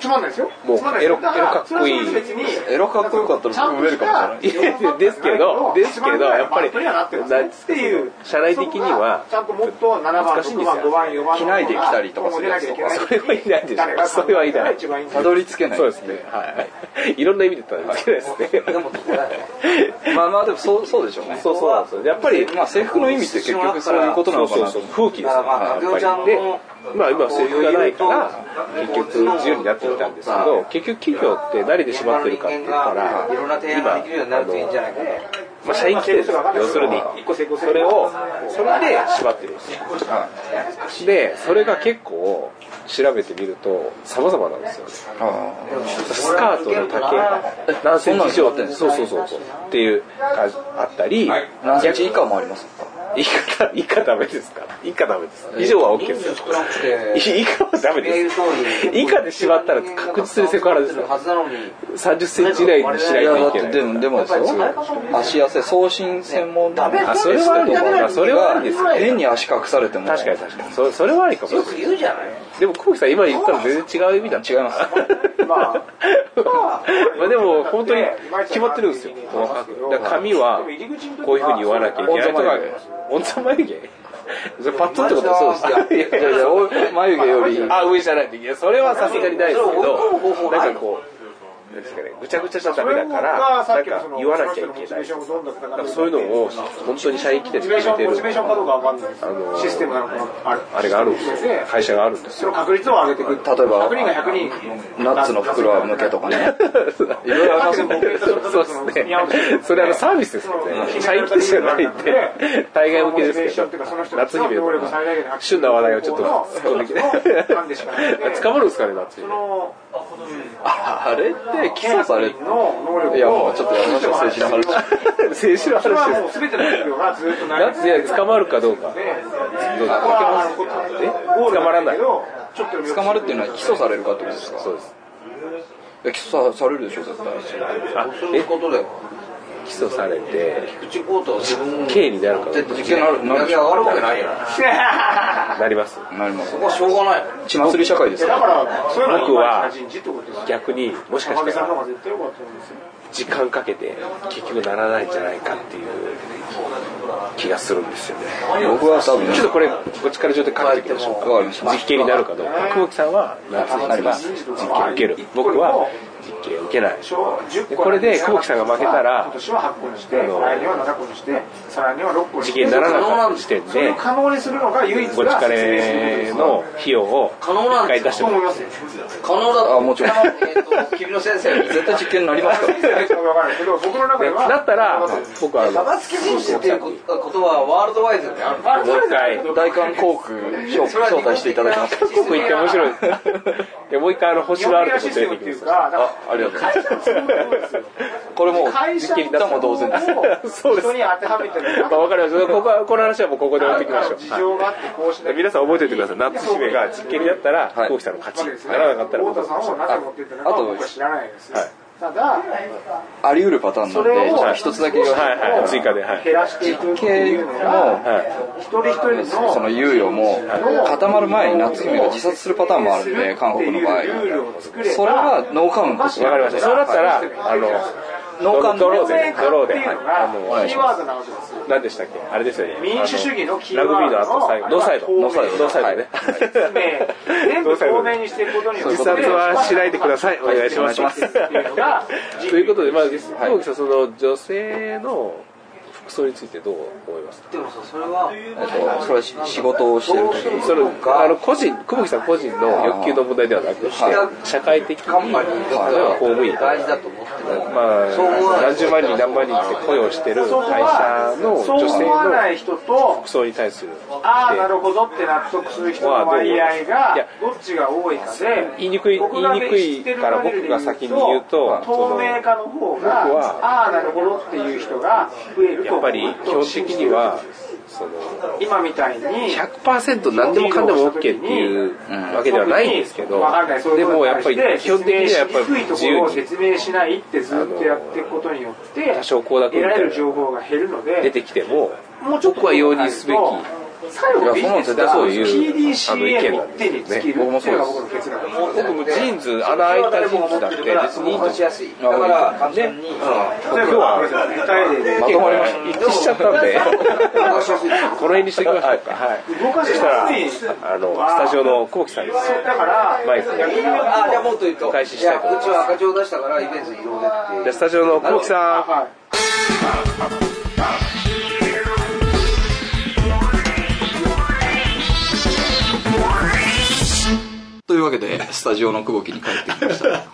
[SPEAKER 4] つまんないですよ
[SPEAKER 1] もう
[SPEAKER 4] つまんないですよ
[SPEAKER 1] エロエロかっこいい
[SPEAKER 4] だらそれはそれで別に
[SPEAKER 2] エロかっこよかったら含めるかもしれない
[SPEAKER 1] いやですけどですけどやっぱりなんつっていう社内的には
[SPEAKER 4] ちゃんともっと7番
[SPEAKER 1] 難しいんで
[SPEAKER 4] 6
[SPEAKER 1] すよ
[SPEAKER 4] 番5番4番
[SPEAKER 2] 着ないで来たりとかするやつとか
[SPEAKER 1] それはいないでしょ。それはいない。
[SPEAKER 2] たどり着けない
[SPEAKER 1] そうですね。はい。いろんな意味で言ったんですけどですね。
[SPEAKER 2] まあまあでもそうそうでしょうね
[SPEAKER 1] そうそうなんですよ。やっぱり、
[SPEAKER 2] まあ制服の意味って結局そういうことなのかな
[SPEAKER 1] そ
[SPEAKER 2] と
[SPEAKER 1] うそうそう風紀ですね。やっぱりで、まあ今制服がないから、結局自由になってきたんですけど、結局企業って慣れてしまってるかって言ったら、
[SPEAKER 3] いろんな提案ができるようになるといいんじゃないかな
[SPEAKER 1] まあ社員規定ですよ。要するに、それを、それで縛ってるんですよ。で、それが結構、調べてみると様々なんですよね。スカートの丈何センチ以上ってそうそうそうそうっていう感じあったり、
[SPEAKER 2] 何センチ以下もあります
[SPEAKER 1] 以下以下ダメですか以下ダメです以上は OK ですよ
[SPEAKER 3] 少なくて
[SPEAKER 1] 以下はダメです以下で縛ったら確実にセクハラですよ
[SPEAKER 3] はずなのに
[SPEAKER 1] 30センチ以内にしない
[SPEAKER 2] いやだ
[SPEAKER 1] と
[SPEAKER 2] っ
[SPEAKER 1] いけ
[SPEAKER 2] て
[SPEAKER 1] ない
[SPEAKER 2] でもでもですよ足痩せ送信専門の
[SPEAKER 1] あそれはありですねそれはありですね
[SPEAKER 2] 変に足隠されても
[SPEAKER 1] 確かに確かにそそれはありかもしれない
[SPEAKER 3] 言うじゃない
[SPEAKER 1] でも久保木さん今言ったら全然違う意味だ
[SPEAKER 2] 違います
[SPEAKER 1] まあ、まあでも本当に決まってるんですよ細かくだから髪はこういうふうに言わなきゃいけないとかオンザ眉毛それパッツンってこと
[SPEAKER 2] そうですいやいやいやお眉毛より
[SPEAKER 1] あ上じゃないといけないそれはさすがにないですけどなんかこうなんですかね、ぐちゃぐちゃじゃ
[SPEAKER 4] そ
[SPEAKER 1] ダメ
[SPEAKER 4] れ
[SPEAKER 1] だ
[SPEAKER 4] も
[SPEAKER 1] から、
[SPEAKER 4] がさ
[SPEAKER 1] な
[SPEAKER 4] っ
[SPEAKER 1] ん
[SPEAKER 4] きの
[SPEAKER 1] か
[SPEAKER 4] その
[SPEAKER 1] 言わなきゃい
[SPEAKER 4] モ
[SPEAKER 1] け
[SPEAKER 4] チ
[SPEAKER 1] な
[SPEAKER 4] ベー
[SPEAKER 1] い
[SPEAKER 4] ショ。ンがどんどん高
[SPEAKER 1] な
[SPEAKER 4] ま
[SPEAKER 1] ん
[SPEAKER 4] っ
[SPEAKER 1] か
[SPEAKER 4] て
[SPEAKER 1] そういうのを本当に遮って
[SPEAKER 4] モチベーショ
[SPEAKER 1] 作
[SPEAKER 4] ン
[SPEAKER 1] れ
[SPEAKER 4] モ
[SPEAKER 1] て
[SPEAKER 4] チベ
[SPEAKER 1] る
[SPEAKER 4] ーションかどうかわかんない、
[SPEAKER 1] あのー
[SPEAKER 4] システムなのかなあれ
[SPEAKER 1] あれがあるんですよ
[SPEAKER 4] ね
[SPEAKER 1] 会社があるんです
[SPEAKER 4] そ
[SPEAKER 1] よ
[SPEAKER 4] の確率を上げていく
[SPEAKER 5] 例えば
[SPEAKER 4] 100人が100人
[SPEAKER 5] ナッツの袋は向けとかね。
[SPEAKER 1] いろいろあります
[SPEAKER 4] そうです
[SPEAKER 1] そう
[SPEAKER 4] ね
[SPEAKER 1] ですねそれあのサービスですもんねチャイってじゃないんで大概向けですけど夏日で旬な話題をちょっと突っ込んできて捕まるんですかね夏日
[SPEAKER 4] その
[SPEAKER 5] あれって起訴され
[SPEAKER 4] の能力を
[SPEAKER 5] いやもうちょっとやめましょう政治の話。
[SPEAKER 1] 政治の
[SPEAKER 4] それはもう
[SPEAKER 1] 話
[SPEAKER 4] 全ての企業がずっとな
[SPEAKER 1] 夏日捕まるかどうか
[SPEAKER 4] どうだ
[SPEAKER 1] 捕まらない
[SPEAKER 5] 捕まるっていうのは起訴されるかってことですか
[SPEAKER 1] そうです
[SPEAKER 5] いや起訴されるでしょ、絶対。
[SPEAKER 1] あ
[SPEAKER 3] そういうことだよ。
[SPEAKER 1] 起訴されて
[SPEAKER 3] 口コートを自分
[SPEAKER 1] 刑になるかどう
[SPEAKER 5] 実験なる、なるで
[SPEAKER 3] 上げ
[SPEAKER 5] しょ
[SPEAKER 3] 上がるわけないよ。
[SPEAKER 1] かなります
[SPEAKER 5] なります
[SPEAKER 3] そ。こはしょうがない。
[SPEAKER 5] 血祭り社会です
[SPEAKER 4] だ
[SPEAKER 5] か
[SPEAKER 4] からそういうの
[SPEAKER 1] 僕は
[SPEAKER 4] 人事ってことです
[SPEAKER 1] 逆にもしか
[SPEAKER 4] 浜
[SPEAKER 1] し
[SPEAKER 4] 辺
[SPEAKER 1] た
[SPEAKER 4] さん
[SPEAKER 1] ら
[SPEAKER 4] の方が絶対良かったと思うんですよ
[SPEAKER 1] 時間かけて結局ならないんじゃないかっていう気がするんですよね
[SPEAKER 5] 僕は多分、
[SPEAKER 1] ちょっとこれこっちから状態かけていきましょうか
[SPEAKER 5] わかりました
[SPEAKER 1] 実刑になるかどうか久保木さんは夏になります実刑を受ける僕は実刑を受けない
[SPEAKER 4] 小10
[SPEAKER 1] でこれで久保木さんが負けたら
[SPEAKER 4] 今年は8個にして
[SPEAKER 1] あの
[SPEAKER 4] 来年は7個にして再来年は6個にし
[SPEAKER 1] 実
[SPEAKER 4] て
[SPEAKER 1] 刑にならなかった時点
[SPEAKER 4] それを
[SPEAKER 1] で
[SPEAKER 4] 可能にするのが唯一
[SPEAKER 1] ごち
[SPEAKER 4] が
[SPEAKER 1] か
[SPEAKER 4] 説明する
[SPEAKER 1] れ
[SPEAKER 4] こと
[SPEAKER 1] の費用を
[SPEAKER 3] 可能なん
[SPEAKER 1] 一
[SPEAKER 3] で
[SPEAKER 1] 回出し
[SPEAKER 3] すか
[SPEAKER 1] て
[SPEAKER 4] と
[SPEAKER 1] も
[SPEAKER 4] 思
[SPEAKER 1] らう
[SPEAKER 4] いますよ
[SPEAKER 3] 可能だと。
[SPEAKER 5] あもちろん
[SPEAKER 3] えっと君の先生に
[SPEAKER 5] 絶対実験になりますから。
[SPEAKER 4] 分からないけど僕の中で
[SPEAKER 1] で
[SPEAKER 4] は
[SPEAKER 1] なったら僕はあのもう
[SPEAKER 3] 信じてることことはワールドワイズにある。
[SPEAKER 1] 一回
[SPEAKER 5] 大韓航空招招待していただきますか
[SPEAKER 1] 韓国行って面白い でもう一回あの星のあるとこ連れてきます
[SPEAKER 4] かだ
[SPEAKER 5] ありがとうございますこれもう
[SPEAKER 4] 会社
[SPEAKER 5] 実験にったも同然です
[SPEAKER 1] そうです
[SPEAKER 4] 人に当てはめてる
[SPEAKER 1] まあ、わかりましたここはこの話はもうここで終わっていきましょう
[SPEAKER 4] 事情があってこうしな
[SPEAKER 1] で
[SPEAKER 4] い
[SPEAKER 1] 皆さん覚えておいてくださいナッツ姫が実験になったら
[SPEAKER 5] はい
[SPEAKER 1] こうしたの勝
[SPEAKER 4] わけで
[SPEAKER 1] ち
[SPEAKER 4] すね
[SPEAKER 1] ならなかったら
[SPEAKER 4] 太
[SPEAKER 1] 僕
[SPEAKER 4] 田
[SPEAKER 1] の
[SPEAKER 4] さんをなぜ持ってってるのかは僕は知らないですよ
[SPEAKER 1] はい
[SPEAKER 4] ただ
[SPEAKER 5] あり得るパターンな
[SPEAKER 4] そ
[SPEAKER 5] んで
[SPEAKER 4] れ
[SPEAKER 5] じゃ
[SPEAKER 4] を
[SPEAKER 5] あ一つだけ言わせて
[SPEAKER 1] はいはい追加ではい
[SPEAKER 4] 減らしていくって
[SPEAKER 5] 系
[SPEAKER 4] いうのが
[SPEAKER 5] の
[SPEAKER 4] 一人一人の
[SPEAKER 5] その猶予も固まる前に夏姫が自殺するパターンもあるんで韓国の場合それはノーカウント
[SPEAKER 1] わかりましたそうなったら
[SPEAKER 4] はい
[SPEAKER 1] あの
[SPEAKER 5] ノーカウン
[SPEAKER 1] ド
[SPEAKER 5] ト
[SPEAKER 1] ロー
[SPEAKER 4] 透明
[SPEAKER 1] でド
[SPEAKER 4] 化
[SPEAKER 1] ロー
[SPEAKER 4] って
[SPEAKER 1] で、
[SPEAKER 4] いうの
[SPEAKER 1] はいあの
[SPEAKER 4] がキーワードなわ けですよ
[SPEAKER 1] 何でしたっけあれですよね
[SPEAKER 4] 民主主義のキー
[SPEAKER 1] ラ
[SPEAKER 4] ワ
[SPEAKER 1] グビーの
[SPEAKER 4] ード
[SPEAKER 1] 後最後ノーサイドノーサイドノーサイドね
[SPEAKER 4] 全部透明にしていくことによって
[SPEAKER 1] 自殺はしないでくださいお願いします
[SPEAKER 4] っていうのが
[SPEAKER 1] ということでまあ久木さんその女性の服装についてどう思いますか
[SPEAKER 3] でもさそれは
[SPEAKER 5] えっとそれは仕事をしてる時に
[SPEAKER 1] そのあの個人久保木さん個人の欲求の問題ではなく
[SPEAKER 5] は
[SPEAKER 1] 社会的
[SPEAKER 3] カン
[SPEAKER 1] に
[SPEAKER 3] パニーにとっ
[SPEAKER 1] 例え
[SPEAKER 3] て
[SPEAKER 1] ば
[SPEAKER 3] は
[SPEAKER 1] 公務員
[SPEAKER 3] 大事だと思ってる。
[SPEAKER 1] まあ、何十万人何万人って雇用してる会社の
[SPEAKER 4] そう
[SPEAKER 1] 女性
[SPEAKER 4] 思わない
[SPEAKER 1] の
[SPEAKER 4] 人と
[SPEAKER 1] 服装に対する
[SPEAKER 4] ああなるほどって納得する人の割合
[SPEAKER 1] い
[SPEAKER 4] が
[SPEAKER 1] や
[SPEAKER 4] どっちが多いかで
[SPEAKER 1] 言いにくい
[SPEAKER 4] 僕がね
[SPEAKER 1] 言いにくいから僕が先に言うと
[SPEAKER 4] 透明化の方が
[SPEAKER 1] 僕は
[SPEAKER 4] ああなるほどっていう人が増えると
[SPEAKER 1] やっぱり基本的にはその
[SPEAKER 4] 今みたいに
[SPEAKER 1] 100%何でもかんでも OK っていうわけではないんですけど
[SPEAKER 4] わかんないそうい
[SPEAKER 1] で
[SPEAKER 4] うこ
[SPEAKER 1] も
[SPEAKER 4] と
[SPEAKER 1] やっ
[SPEAKER 4] に対
[SPEAKER 1] ぱ
[SPEAKER 4] し
[SPEAKER 1] り基
[SPEAKER 4] て
[SPEAKER 1] 本的にはやっぱり
[SPEAKER 4] 説明しにくいと
[SPEAKER 1] 自
[SPEAKER 4] ころを
[SPEAKER 1] 由に
[SPEAKER 4] 説明しないってずっとやっていくことによって
[SPEAKER 1] 多少高
[SPEAKER 4] 得
[SPEAKER 1] 額み
[SPEAKER 4] ら
[SPEAKER 1] たい
[SPEAKER 4] れ
[SPEAKER 1] な
[SPEAKER 4] る情報が減るので
[SPEAKER 1] 出てきても
[SPEAKER 4] もうちょっと
[SPEAKER 1] 僕は容認すべき
[SPEAKER 4] 最後ビジネスだ
[SPEAKER 1] いやそんなの絶対そういう
[SPEAKER 4] PDCA
[SPEAKER 1] あの意見
[SPEAKER 4] の
[SPEAKER 1] なん
[SPEAKER 4] 一
[SPEAKER 1] で
[SPEAKER 4] 手
[SPEAKER 1] すよね
[SPEAKER 4] に尽きるっていうのが僕の結論
[SPEAKER 1] 僕もジーンズ穴開いたジーンズだって別にいいと思う
[SPEAKER 3] 持ちやすい。だから簡単に。
[SPEAKER 4] 例えばは具体例で
[SPEAKER 5] まとまりまし
[SPEAKER 1] 一致しちゃったんでこの辺にしておきましょうかはい
[SPEAKER 4] 動かし
[SPEAKER 1] そしたら
[SPEAKER 4] やすい
[SPEAKER 1] あのスタジオの久保木さんです
[SPEAKER 4] そうだから
[SPEAKER 1] マイク
[SPEAKER 4] 逆に言うと
[SPEAKER 3] あじゃあもっと言うと。
[SPEAKER 1] お返ししたいと思い
[SPEAKER 3] や
[SPEAKER 1] ます
[SPEAKER 3] うちは赤字を出したからイベント移動で
[SPEAKER 1] じゃあ
[SPEAKER 3] っていう
[SPEAKER 1] スタジオの久保木さん
[SPEAKER 4] はい
[SPEAKER 2] というわけでスタジオの久保木に帰ってきました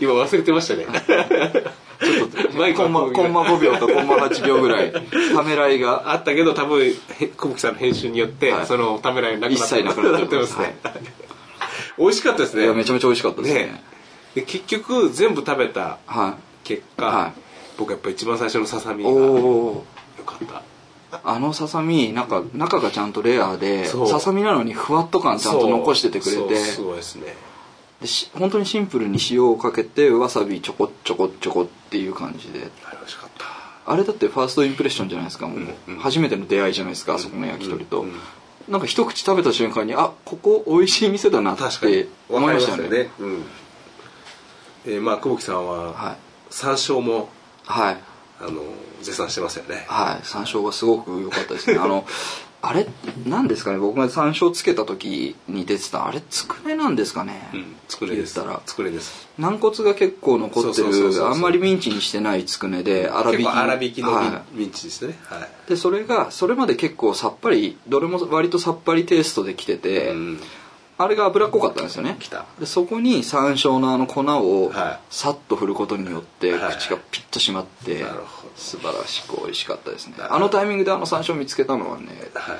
[SPEAKER 6] 今忘れてましたねちょっとマイク
[SPEAKER 2] コ
[SPEAKER 6] は
[SPEAKER 2] ンマ
[SPEAKER 6] こういうぐ
[SPEAKER 2] コ
[SPEAKER 6] らい
[SPEAKER 2] ンマ5秒とコンマ8秒ぐらいためらい が
[SPEAKER 6] あったけど多分へ久保木さんの編集によって、
[SPEAKER 2] はい
[SPEAKER 6] そのためらいなくな
[SPEAKER 2] 一切なくなって
[SPEAKER 6] ま
[SPEAKER 2] ますす
[SPEAKER 6] ね、美味しかったです
[SPEAKER 2] いやめ
[SPEAKER 6] ね
[SPEAKER 2] ちゃめちゃ美味しかったですね
[SPEAKER 6] ねで結局全部食べた
[SPEAKER 2] は
[SPEAKER 6] 結果、
[SPEAKER 2] はい
[SPEAKER 6] 僕やっぱ一番最初のささみ
[SPEAKER 2] い
[SPEAKER 6] が
[SPEAKER 2] お
[SPEAKER 6] よ
[SPEAKER 2] お
[SPEAKER 6] かった
[SPEAKER 2] あのささみなんか中がちゃんとレアで
[SPEAKER 6] そう
[SPEAKER 2] ささみなのにふわっと感ちゃんと残しててくれ
[SPEAKER 6] そう
[SPEAKER 2] て
[SPEAKER 6] そうすごいですね
[SPEAKER 2] でし本当にシンプルに塩をかけてわさびちょこちょこちょこっていう感じで
[SPEAKER 6] あれ美味しかった
[SPEAKER 2] あれだってファーストインプレッションじゃないですかもう、初めての出会いじゃないですか、あそこの焼き鳥と、なんか一口食べた瞬間にあここ美味しい店だなっ
[SPEAKER 6] 確かに
[SPEAKER 2] て思いま
[SPEAKER 6] わ
[SPEAKER 2] した
[SPEAKER 6] か
[SPEAKER 2] よ
[SPEAKER 6] り
[SPEAKER 2] ね
[SPEAKER 6] うんでまあ久保木さん
[SPEAKER 2] は
[SPEAKER 6] はい山椒も
[SPEAKER 2] はい
[SPEAKER 6] あの絶賛してますよね
[SPEAKER 2] はい、山椒がすごく良かったですね。あの、あれなんですかね僕が山椒つけた時に出てたあれつくねなんですかね、
[SPEAKER 1] うん、作れです
[SPEAKER 2] 言ったら
[SPEAKER 1] 作れです
[SPEAKER 2] 軟骨が結構残って
[SPEAKER 1] そうそうそうそう
[SPEAKER 2] るあんまりミンチにしてないつくねで粗
[SPEAKER 1] 結
[SPEAKER 2] 挽き
[SPEAKER 1] 構粗引きのミン
[SPEAKER 2] は、
[SPEAKER 1] ミンチですねはい
[SPEAKER 2] でそれがそれまで結構さっぱりどれも割とさっぱりテイストできて
[SPEAKER 1] い
[SPEAKER 2] て、
[SPEAKER 1] うん
[SPEAKER 2] あれが脂っこかったんですよね
[SPEAKER 1] きた
[SPEAKER 2] でそこに山椒のあの粉を
[SPEAKER 1] は
[SPEAKER 2] さっと振ることによって
[SPEAKER 1] はい
[SPEAKER 2] 口がピッと締まって
[SPEAKER 1] なるほど
[SPEAKER 2] 素晴らしく美味しかったですね
[SPEAKER 1] なるほ
[SPEAKER 2] あのタイミングであの山椒見つけたのはね
[SPEAKER 1] はい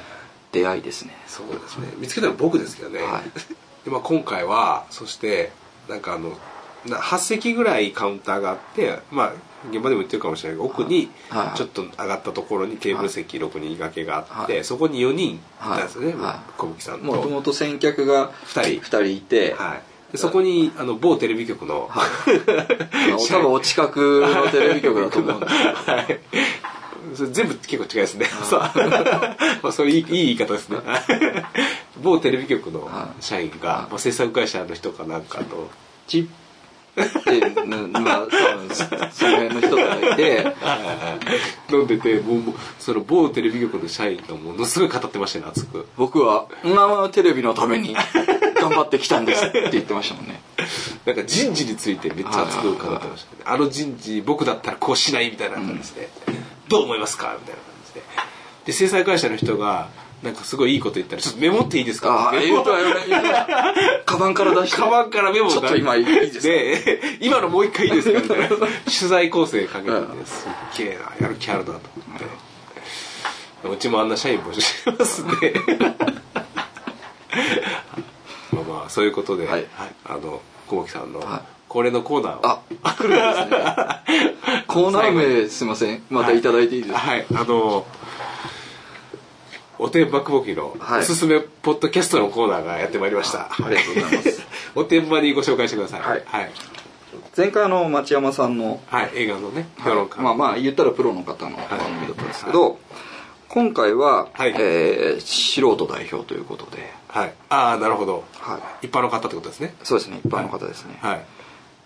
[SPEAKER 2] 出会いですね
[SPEAKER 1] そうですね見つけたのは僕ですけどね、
[SPEAKER 2] はい
[SPEAKER 1] でまあ、今回はそしてなんかあのな8席ぐらいカウンターがあってまあ現場でも言ってるかもしれないけど奥に
[SPEAKER 2] はいはい
[SPEAKER 1] ちょっと上がったところにテーブル席6人掛けがあって、
[SPEAKER 2] はい
[SPEAKER 1] そこに4人いたんですよね、
[SPEAKER 2] はいはい
[SPEAKER 1] 小吹さんと
[SPEAKER 2] もともと先客が
[SPEAKER 1] 二人
[SPEAKER 2] 2人いて、
[SPEAKER 1] はい、でそこにあの某テレビ局の、
[SPEAKER 2] はい あの多分お近くのテレビ局だと思うんですけど
[SPEAKER 1] はい。それ全部結構違いですね。そう。 まあ、それいいいい言い方です ね。某テレビ局の社員が、まあ、制作会社の人かなんかと、
[SPEAKER 2] チッって、うんまあ多分その辺の人がいて
[SPEAKER 1] 飲んでて、もう、もうその某テレビ局の社員がものすごい語ってましたね、熱く。
[SPEAKER 2] 僕は「生テレビのために頑張ってきたんです」って言ってましたもんね
[SPEAKER 1] なんか人事についてめっちゃ熱く語ってましたね。あの人事、僕だったらこうしないみたいな感じで、どう思いますかみたいな感じで。で、制作会社の人が、なんかすごいいいこと言ったら、ちょっとメモっていいですか
[SPEAKER 2] ああ言うとは言わない言うとは カバンから出して
[SPEAKER 1] カバンからメモを出
[SPEAKER 2] ちょっと今いいですか
[SPEAKER 1] で 今のもう一回いいですかみたいな 取材構成かけててすっげえなやる気あるなと思ってうちもあんな社員募集してますね まあまあそういうことで、
[SPEAKER 2] はい
[SPEAKER 1] あの小牧さんの
[SPEAKER 2] はい
[SPEAKER 1] 恒例のコーナーを
[SPEAKER 2] あ来るんですねコーナー名すいませんまたいただいていいですか、
[SPEAKER 1] はいあのおてんばくぼきの
[SPEAKER 2] はい
[SPEAKER 1] おすすめポッドキャストのコーナーがやってまいりました、
[SPEAKER 2] ありがとうございます
[SPEAKER 1] おてんばにご紹介してください
[SPEAKER 2] はい
[SPEAKER 1] はい、
[SPEAKER 2] 前回あの町山さんの
[SPEAKER 1] はい、映画のね評論家
[SPEAKER 2] まあまあ言ったらプロの方の番組だったんですけど、今回は、
[SPEAKER 1] はい
[SPEAKER 2] えー素人代表ということで、
[SPEAKER 1] はい、ああなるほど、
[SPEAKER 2] は
[SPEAKER 1] 一般の方ってことですね
[SPEAKER 2] そうですね一般の方ですね、
[SPEAKER 1] はい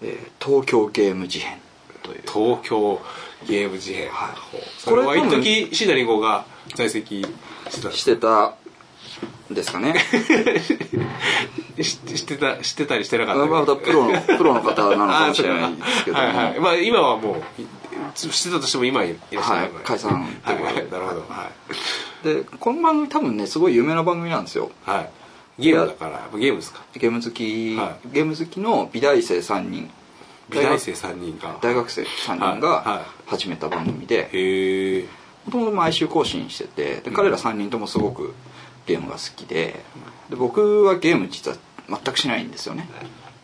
[SPEAKER 2] えー東京ゲーム事変という
[SPEAKER 1] 東京ゲーム事変、
[SPEAKER 2] はい
[SPEAKER 1] これは一
[SPEAKER 2] これ多
[SPEAKER 1] 時椎名林檎が在籍してたんで
[SPEAKER 2] し
[SPEAKER 1] す
[SPEAKER 2] てたんです かね
[SPEAKER 1] ししてたしてたりしてなかったり
[SPEAKER 2] またプロのプロの方なのか
[SPEAKER 1] あ
[SPEAKER 2] も
[SPEAKER 1] あ
[SPEAKER 2] し
[SPEAKER 1] そう
[SPEAKER 2] れ
[SPEAKER 1] か
[SPEAKER 2] ないですけども、
[SPEAKER 1] はいはいまあ今はもういしてたとしても今いらっしゃる
[SPEAKER 2] はい解散
[SPEAKER 1] はいはいなるほどはい、
[SPEAKER 2] でこの番組多分ねすごい有名な番組なんですよ
[SPEAKER 1] はい、ゲームだからやっぱゲームですか
[SPEAKER 2] ゲーム好き、
[SPEAKER 1] は
[SPEAKER 2] ゲーム好きの美大生3人
[SPEAKER 1] 美大生3人が
[SPEAKER 2] 大学生3人
[SPEAKER 1] はいは
[SPEAKER 2] が
[SPEAKER 1] い
[SPEAKER 2] 始めた番組で
[SPEAKER 1] へえ
[SPEAKER 2] もともと毎週更新しててで彼ら3人ともすごくゲームが好きでで僕はゲーム実は全くしないんですよね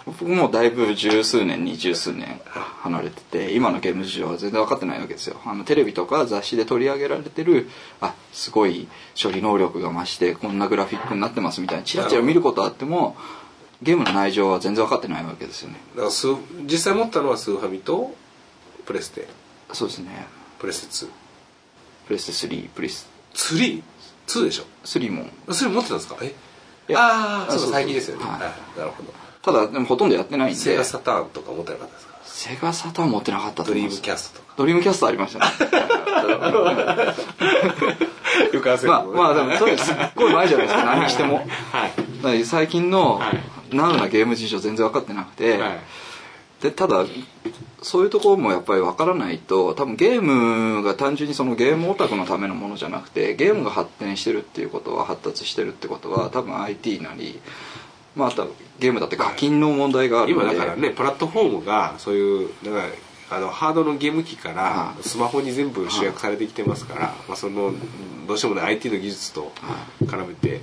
[SPEAKER 2] 僕もうだいぶ十数年二十数年離れてて今のゲーム事情は全然分かってないわけですよあのテレビとか雑誌で取り上げられてるあすごい処理能力が増してこんなグラフィックになってますみたいなチラチラ見ることはあってもゲームの内情は全然分かってないわけですよね
[SPEAKER 1] だからスー実際持ったのはスーファミとプレステ
[SPEAKER 2] そうですね
[SPEAKER 1] プレステ
[SPEAKER 2] プレステ3プレス
[SPEAKER 1] 2 3?2 でしょ
[SPEAKER 2] 3も
[SPEAKER 1] それ持ってたんですかえ
[SPEAKER 2] いや
[SPEAKER 1] ああそう
[SPEAKER 2] そうそう
[SPEAKER 1] 最近ですよね、
[SPEAKER 2] はい
[SPEAKER 1] はいなるほど
[SPEAKER 2] ただでもほとんどやってないんで
[SPEAKER 1] セガサターンとか持ってなかったですか
[SPEAKER 2] セガサターン持ってなかったと
[SPEAKER 1] ド
[SPEAKER 2] 思
[SPEAKER 1] リ
[SPEAKER 2] い
[SPEAKER 1] ー
[SPEAKER 2] ま
[SPEAKER 1] ム
[SPEAKER 2] す
[SPEAKER 1] キャストとか
[SPEAKER 2] ドリームキャストありましたね
[SPEAKER 1] よく汗
[SPEAKER 2] まあまあでもそれすっごい前じゃないですか何にしても
[SPEAKER 1] はい
[SPEAKER 2] だから最近の
[SPEAKER 1] はい
[SPEAKER 2] ナウなゲーム事情全然分かってなくて、
[SPEAKER 1] はい
[SPEAKER 2] でただそういうところもやっぱり分からないと多分ゲームが単純にそのゲームオタクのためのものじゃなくてゲームが発展してるっていうことは発達してるってことは多分 IT なりまああとはゲームだって課金の問題があるの
[SPEAKER 1] 今
[SPEAKER 2] で
[SPEAKER 1] だからねプラットフォームがそういうだからあのハードのゲーム機から
[SPEAKER 2] はい
[SPEAKER 1] スマホに全部集約されてきてますから、まあ、そのどうしてもね IT の技術と絡めて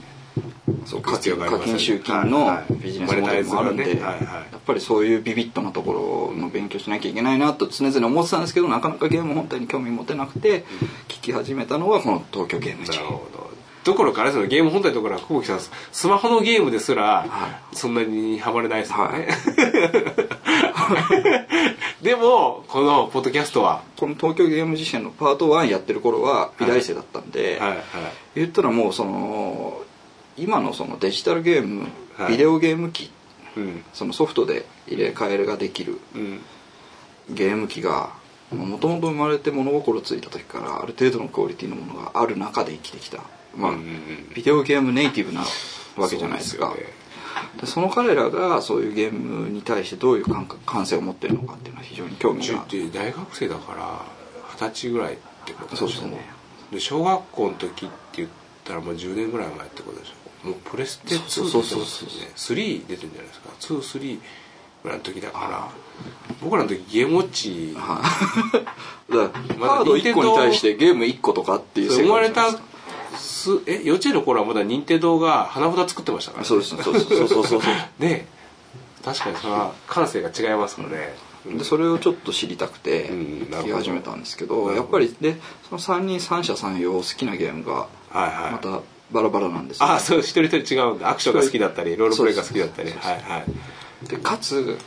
[SPEAKER 2] そう課
[SPEAKER 1] 必
[SPEAKER 2] 金
[SPEAKER 1] 要があり
[SPEAKER 2] 課
[SPEAKER 1] ますよ
[SPEAKER 2] 金
[SPEAKER 1] ね
[SPEAKER 2] 集金のビジネスモデルもあるんで、
[SPEAKER 1] はいはいマネタイズがねはいはい
[SPEAKER 2] やっぱりそういうビビットなところの勉強しなきゃいけないなと常々思ってたんですけどなかなかゲーム本体に興味持てなくて聞き始めたのはこの東京ゲーム
[SPEAKER 1] な
[SPEAKER 2] 事
[SPEAKER 1] る
[SPEAKER 2] 変
[SPEAKER 1] ほどどころかあれですよねゲーム本体のところは久保木さんスマホのゲームですら、そんなにハマれないですよね、 でもこのポッドキャストは
[SPEAKER 2] この東京ゲーム事変のパート1やってる頃は美大生だったんで、
[SPEAKER 1] はいはい
[SPEAKER 2] 言ったらもうその今のそのデジタルゲーム、
[SPEAKER 1] はい
[SPEAKER 2] ビデオゲーム機
[SPEAKER 1] うん
[SPEAKER 2] そのソフトで入れ替えができる
[SPEAKER 1] うん
[SPEAKER 2] ゲーム機がもともと生まれて物心ついた時からある程度のクオリティのものがある中で生きてきたまあ
[SPEAKER 1] うんうん
[SPEAKER 2] ビデオゲームネイティブなわけじゃないですか
[SPEAKER 1] そう
[SPEAKER 2] そ
[SPEAKER 1] ですよね
[SPEAKER 2] でその彼らがそういうゲームに対してどういう感覚感性を持ってるのかっていうのは非常に興味
[SPEAKER 1] 中
[SPEAKER 2] があ
[SPEAKER 1] っ
[SPEAKER 2] って
[SPEAKER 1] て大学生だから二十歳ぐらいってこと
[SPEAKER 2] そう
[SPEAKER 1] で
[SPEAKER 2] で
[SPEAKER 1] し
[SPEAKER 2] す
[SPEAKER 1] ょ
[SPEAKER 2] ね
[SPEAKER 1] で小学校の時って言ったらもう10年ぐらい前ってことでしょもうプレステ2
[SPEAKER 2] そう
[SPEAKER 1] 出
[SPEAKER 2] そう
[SPEAKER 1] て
[SPEAKER 2] そう
[SPEAKER 1] ます
[SPEAKER 2] そう
[SPEAKER 1] よね3出てるんじゃないですか23ぐらいの時だから僕らの時ゲームウォッチ
[SPEAKER 2] はい だから
[SPEAKER 1] まだ
[SPEAKER 2] カード1個に対してゲーム1個とかっていう
[SPEAKER 1] 生
[SPEAKER 2] 世
[SPEAKER 1] まれ
[SPEAKER 2] 界じゃな
[SPEAKER 1] た
[SPEAKER 2] いですか
[SPEAKER 1] すえ幼稚園の頃はまだ任天堂が花札作ってましたから
[SPEAKER 2] そうですそうそうそうそうそう
[SPEAKER 1] ね確かにそれは感性が違いますからね、うん
[SPEAKER 2] でそれをちょっと知りたくて
[SPEAKER 1] うんなるほど
[SPEAKER 2] 聞き始めたんですけ
[SPEAKER 1] な
[SPEAKER 2] ど,、
[SPEAKER 1] るほど
[SPEAKER 2] やっぱりでその3人三者三様好きなゲームが
[SPEAKER 1] はいはい
[SPEAKER 2] またバラバラなんですよ
[SPEAKER 1] ああそう一人一人違うんだアクションが好きだったりロールプレイが好きだったり
[SPEAKER 2] そう
[SPEAKER 1] はいはい
[SPEAKER 2] でかつやっ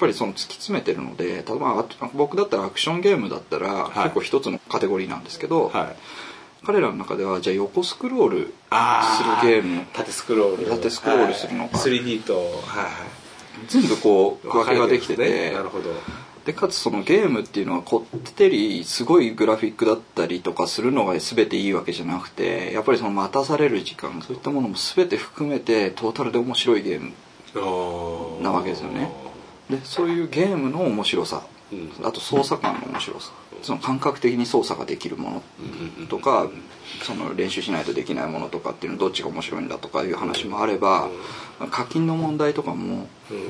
[SPEAKER 2] ぱりその突き詰めてるので例えばあ僕だったらアクションゲームだったら
[SPEAKER 1] はい
[SPEAKER 2] 結構一つのカテゴリーなんですけど、
[SPEAKER 1] はい
[SPEAKER 2] 彼らの中ではじゃあ横スクロール
[SPEAKER 1] あ
[SPEAKER 2] するゲーム
[SPEAKER 1] 縦スクロール
[SPEAKER 2] 縦スクロールするのか
[SPEAKER 1] はい 3D とはい
[SPEAKER 2] 全部こう
[SPEAKER 1] はい
[SPEAKER 2] 区分けができて
[SPEAKER 1] 分かれるん
[SPEAKER 2] て
[SPEAKER 1] ですねなるほど
[SPEAKER 2] でかつそのゲームっていうのはこってりすごいグラフィックだったりとかするのが全ていいわけじゃなくてやっぱりその待たされる時間そういったものも全て含めてトータルで面白いゲーム
[SPEAKER 1] おー
[SPEAKER 2] なわけですよねでそういうゲームの面白さ
[SPEAKER 1] うん
[SPEAKER 2] あと操作感の面白さその感覚的に操作ができるものとかその練習しないとできないものとかっていうのどっちが面白いんだとかいう話もあれば課金の問題とかも
[SPEAKER 1] うん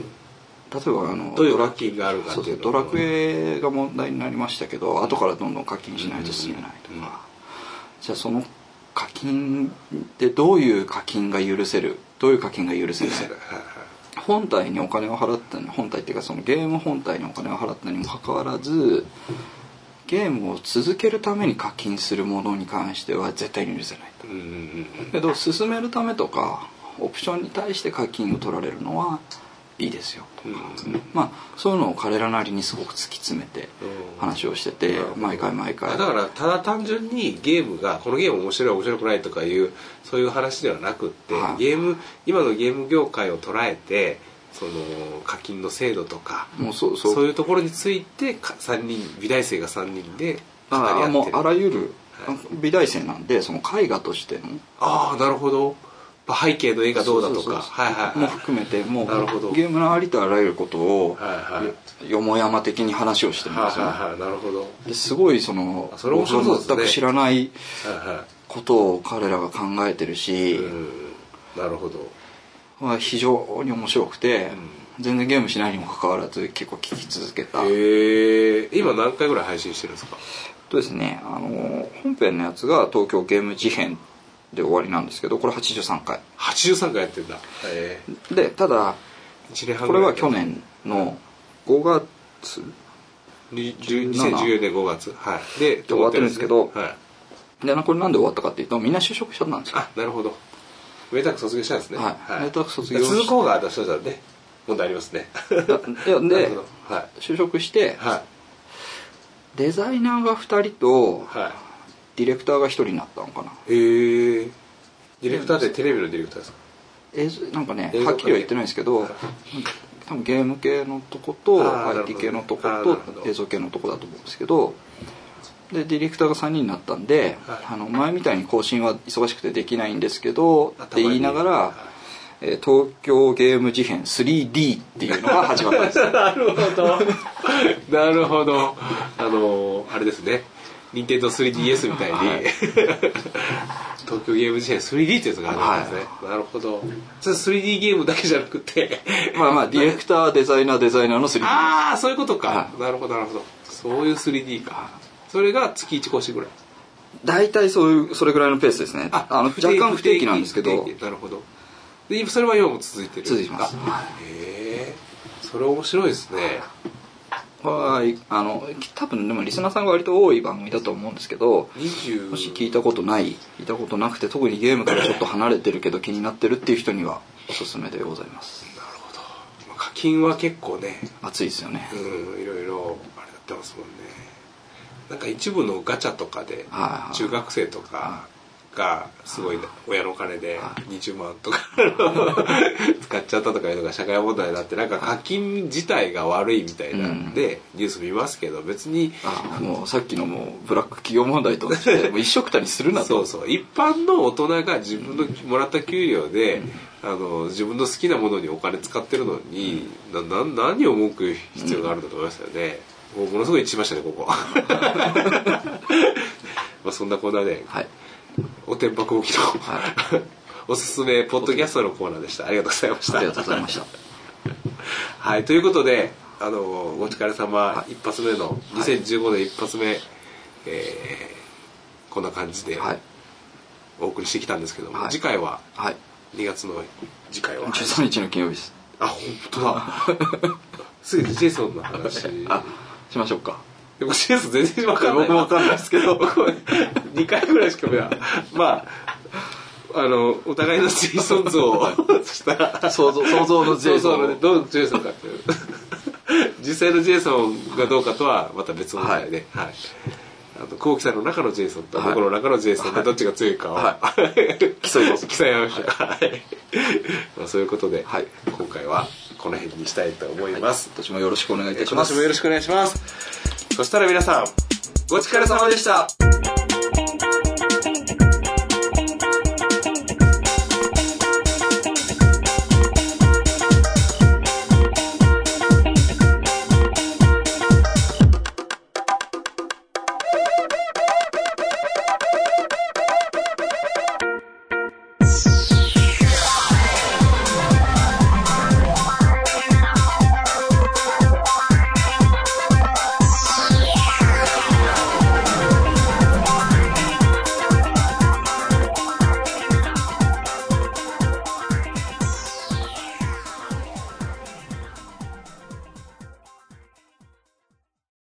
[SPEAKER 2] 例えばあの
[SPEAKER 1] どういう課金があるか
[SPEAKER 2] そう
[SPEAKER 1] ってい
[SPEAKER 2] で
[SPEAKER 1] うの
[SPEAKER 2] ドラクエが問題になりましたけど後からどんどん課金しないと進めない
[SPEAKER 1] う
[SPEAKER 2] と
[SPEAKER 1] んうん
[SPEAKER 2] かじゃあその課金でどういう課金が許せるどういう課金が許せない
[SPEAKER 1] はいはい
[SPEAKER 2] 本体にお金を払ったに本体っていうかそのゲーム本体にお金を払ったにもかかわらずゲームを続けるために課金するものに関しては絶対に許せない
[SPEAKER 1] うんうんうん
[SPEAKER 2] けど進めるためとかオプションに対して課金を取られるのはいいですよとか、
[SPEAKER 1] うん
[SPEAKER 2] まあ、そういうのを彼らなりにすごく突き詰めて
[SPEAKER 1] うん
[SPEAKER 2] 話をしてて毎回毎回
[SPEAKER 1] あだからただ単純にゲームがこのゲーム面白い面白くないとかいうそういう話ではなくって、
[SPEAKER 2] はい
[SPEAKER 1] ゲーム今のゲーム業界を捉えてその課金の制度とか
[SPEAKER 2] もうそう
[SPEAKER 1] そう
[SPEAKER 2] そう
[SPEAKER 1] いうところについてか三人美大生が3人で語り合っ
[SPEAKER 2] あ
[SPEAKER 1] て
[SPEAKER 2] あ
[SPEAKER 1] る
[SPEAKER 2] もうあらゆる
[SPEAKER 1] はい
[SPEAKER 2] 美大生なんでその絵画としての
[SPEAKER 1] ああなるほどまあ背景の絵がどうだと
[SPEAKER 2] そう
[SPEAKER 1] か
[SPEAKER 2] そうそう
[SPEAKER 1] はいはい
[SPEAKER 2] も
[SPEAKER 1] はい
[SPEAKER 2] 含めてもう
[SPEAKER 1] なるほど
[SPEAKER 2] ゲームのありとあらゆることを
[SPEAKER 1] はいはい
[SPEAKER 2] よもやま的に話をしてるんですよね
[SPEAKER 1] はいはいはいなるほどは
[SPEAKER 2] ですごいその
[SPEAKER 1] それ面白そうですね
[SPEAKER 2] 僕は全く知らない
[SPEAKER 1] いは
[SPEAKER 2] ことを彼らが考えてる
[SPEAKER 1] い
[SPEAKER 2] し、
[SPEAKER 1] うんなるほど
[SPEAKER 2] まあ非常に面白くて、全然ゲームしないにもかかわらず結構聞き続けた、
[SPEAKER 1] へえ今何回ぐらい配信してるんですか
[SPEAKER 2] とですねあの本編のやつが東京ゲーム事変で終わりなんですけどこれ83回
[SPEAKER 1] 83回やってんだええ
[SPEAKER 2] でただ
[SPEAKER 1] 1年半
[SPEAKER 2] これは去年の5月
[SPEAKER 1] 2014年5月はいで
[SPEAKER 2] 終わってるんですけど
[SPEAKER 1] はい、
[SPEAKER 2] でなこれなんで終わったかっていうとみんな就職しちゃったんですよ
[SPEAKER 1] あなるほど明太ク卒業したんですね
[SPEAKER 2] はい明太子卒業し
[SPEAKER 1] 続こうが私はね問題ありますね
[SPEAKER 2] いや
[SPEAKER 1] なる
[SPEAKER 2] で
[SPEAKER 1] ほどは
[SPEAKER 2] 就職して
[SPEAKER 1] いはい
[SPEAKER 2] デザイナーが2人と
[SPEAKER 1] は
[SPEAKER 2] ディレクターが1人になったのかない
[SPEAKER 1] へえディレクターってテレビのディレクターですか
[SPEAKER 2] 映像なんかね
[SPEAKER 1] 映像
[SPEAKER 2] はっきりは言ってないんですけど多分ゲーム系のとこと
[SPEAKER 1] あーなるほ
[SPEAKER 2] IT
[SPEAKER 1] ど
[SPEAKER 2] 系のとこ
[SPEAKER 1] あーなるほど
[SPEAKER 2] と映像系のとこだと思うんですけどでディレクターが3人になったんで、
[SPEAKER 1] はい
[SPEAKER 2] あの前みたいに更新は忙しくてできないんですけどって言いながら、
[SPEAKER 1] は
[SPEAKER 2] えー東京ゲーム事変 3D っていうのが始まったん です
[SPEAKER 1] なるほど なるほどあのーあれですね任天堂 3DS みたいに、東京ゲーム事変 3D ってやつがあるんですね、なるほどそれ 3D ゲームだけじゃなくて
[SPEAKER 2] まあまあディレクターデザイナーデザイナーの 3D
[SPEAKER 1] ああそういうことか
[SPEAKER 2] は
[SPEAKER 1] なるほどなるほどそういう 3D かそれが月1更新ぐらい
[SPEAKER 2] 大体そういうそれぐらいのペースですねあの
[SPEAKER 1] 不定
[SPEAKER 2] 若干不定期なんですけ
[SPEAKER 1] 不
[SPEAKER 2] ど
[SPEAKER 1] 定期なるほどで今それは今も続いてる
[SPEAKER 2] 続いてます
[SPEAKER 1] あへえそれ面白いですね
[SPEAKER 2] はいあの多分でもリスナーさんが割と多い番組だと思うんですけど
[SPEAKER 1] 20
[SPEAKER 2] もし聞いたことない聞いたことなくて特にゲームからちょっと離れてるけど気になってるっていう人にはおすすめでございます
[SPEAKER 1] 課金は結構ね
[SPEAKER 2] 熱いですよね
[SPEAKER 1] うんいろいろあれやってますもんねなんか一部のガチャとかで
[SPEAKER 2] はいはい
[SPEAKER 1] 中学生とかがすごい親のお金で20万とか使っちゃったとかいうのが社会問題になってなんか課金自体が悪いみたいなんでニュース見ますけど別に
[SPEAKER 2] あもうさっきのもうブラック企業問題と同じ でもう一緒くたにするなと
[SPEAKER 1] そうそう一般の大人が自分のもらった給料で、あの自分の好きなものにお金使ってるのに、なな何を文句言う必要があるんだと思いましたよね、もうものすごい一致しましたねこ こまあそんなコーナーで、
[SPEAKER 2] はい
[SPEAKER 1] おてんぱこうきの、おすすめポッドキャストのコーナーでしたありがとうございました
[SPEAKER 2] ありがとうございました
[SPEAKER 1] はい、ということで、あのお疲れ様、一発目の、2015年一発目、えーこんな感じで
[SPEAKER 2] はい
[SPEAKER 1] お送りしてきたんですけども、
[SPEAKER 2] はい
[SPEAKER 1] 次回は、
[SPEAKER 2] はい
[SPEAKER 1] 2月の、次回は、
[SPEAKER 2] 13日の金曜日です
[SPEAKER 1] あ、本当 だ。すぐにジェイソンの話。
[SPEAKER 2] あしましょうか
[SPEAKER 1] でもジェイソン全然わかんない。
[SPEAKER 2] 僕わかんないですけど
[SPEAKER 1] 2回ぐらいしか見ない。まあ、あの、お互いのジェイソン像 をしたら、
[SPEAKER 2] 想像想像のジェイソン
[SPEAKER 1] そうそうどうジェイソンかっていう実際のジェイソンがどうかとはまた別問題で、はいあのコウキさんの中のジェイソンと
[SPEAKER 2] はい
[SPEAKER 1] 僕の中のジェイソンでどっちが強いかを、
[SPEAKER 2] は
[SPEAKER 1] 競います競いましょうはいまあそういうことで、
[SPEAKER 2] はい
[SPEAKER 1] 今回はこの辺にしたいと思います、
[SPEAKER 2] 今年もよろしくお願いいたし
[SPEAKER 1] 今
[SPEAKER 2] ま
[SPEAKER 1] 年
[SPEAKER 2] す
[SPEAKER 1] もよろしくお願いしますそしたら皆さんごちそうさまでした